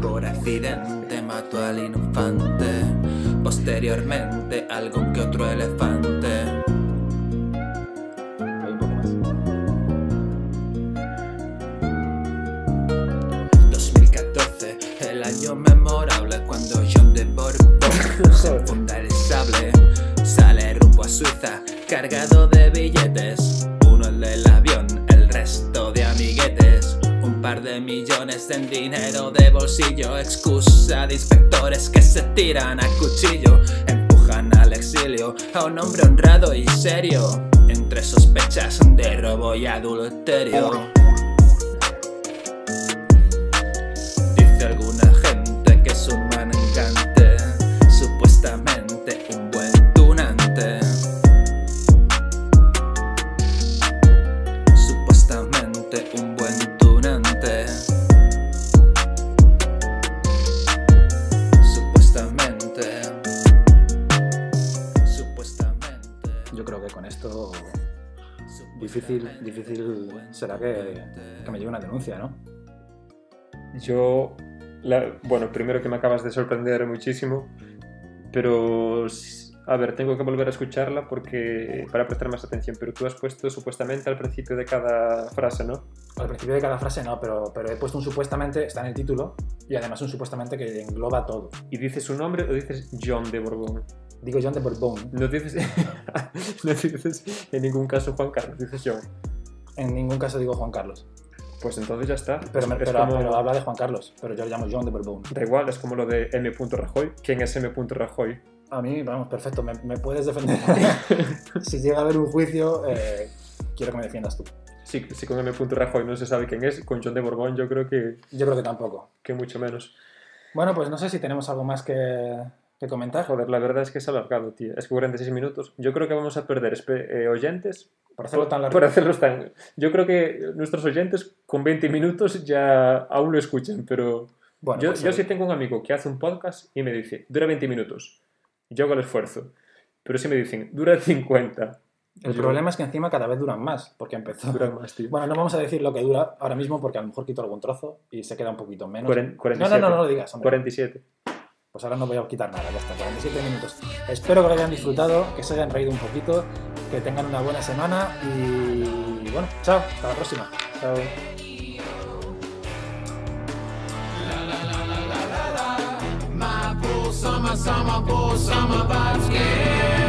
[SPEAKER 1] Por accidente mató al infante. Posteriormente, algún que otro elefante.
[SPEAKER 2] Hay un poco más.
[SPEAKER 1] 2014, el año memorable cuando John de Borbón se enfunda el sable, sale rumbo a Suiza cargado de billetes, uno el del avión, el resto de amiguetes. Un par de millones en dinero de bolsillo, excusa de inspectores que se tiran a cuchillo, empujan al exilio a un hombre honrado y serio, entre sospechas de robo y adulterio. Dice alguna gente que es un mangante, supuestamente un buen tunante. Supuestamente un buen tunante. Supuestamente. Supuestamente.
[SPEAKER 2] Yo creo que con esto difícil, difícil será que, que me llegue una denuncia, ¿no?
[SPEAKER 3] Yo, la- bueno, primero que me acabas de sorprender muchísimo, pero s- a ver, tengo que volver a escucharla porque para prestar más atención. Pero tú has puesto supuestamente al principio de cada frase, ¿no?
[SPEAKER 2] Al principio de cada frase no, pero, pero he puesto un supuestamente, está en el título, y además un supuestamente que engloba todo.
[SPEAKER 3] ¿Y dices su nombre o dices John de Borbón?
[SPEAKER 2] Digo John de Bourbon.
[SPEAKER 3] No dices, no dices en ningún caso Juan Carlos, dices John.
[SPEAKER 2] En ningún caso digo Juan Carlos.
[SPEAKER 3] Pues entonces ya está.
[SPEAKER 2] Pero, me-
[SPEAKER 3] Es
[SPEAKER 2] pero-
[SPEAKER 3] como-
[SPEAKER 2] pero habla de Juan Carlos, pero yo le llamo John de Bourbon.
[SPEAKER 3] Da igual, es como lo de M. Rajoy. ¿Quién es M. Rajoy?
[SPEAKER 2] A mí, vamos, perfecto, me, me puedes defender. si llega a haber un juicio, eh, quiero que me defiendas tú.
[SPEAKER 3] Si, si con M. Rajoy no se sabe quién es, con John de Borbón yo creo que,
[SPEAKER 2] Yo creo que tampoco.
[SPEAKER 3] que mucho menos.
[SPEAKER 2] Bueno, pues no sé si tenemos algo más que, que comentar.
[SPEAKER 3] Joder, la verdad es que se ha alargado, tío. Es que 46 minutos. Yo creo que vamos a perder espe- eh, oyentes
[SPEAKER 2] Por hacerlo tan largo.
[SPEAKER 3] por hacerlos tan. Yo creo que nuestros oyentes con 20 minutos ya aún lo escuchan, pero.
[SPEAKER 2] Bueno,
[SPEAKER 3] yo
[SPEAKER 2] pues,
[SPEAKER 3] yo
[SPEAKER 2] eh,
[SPEAKER 3] sí tengo un amigo que hace un podcast y me dice, dura 20 minutos. Yo hago el esfuerzo. Pero si me dicen, dura 50.
[SPEAKER 2] El
[SPEAKER 3] yo-
[SPEAKER 2] problema es que encima cada vez duran más, porque empezó.
[SPEAKER 3] Dura más, tío.
[SPEAKER 2] Bueno, no vamos a decir lo que dura ahora mismo porque a lo mejor quito algún trozo y se queda un poquito menos.
[SPEAKER 3] Cuaren-
[SPEAKER 2] No,
[SPEAKER 3] 47.
[SPEAKER 2] no, no, no lo digas. hombre.
[SPEAKER 3] 47.
[SPEAKER 2] Pues ahora no voy a quitar nada, ya está, 47 minutos. Espero que lo hayan disfrutado, que se hayan reído un poquito, que tengan una buena semana y bueno, chao, hasta la próxima. Chao.
[SPEAKER 4] My pool summer, summer, pool summer vibes, yeah.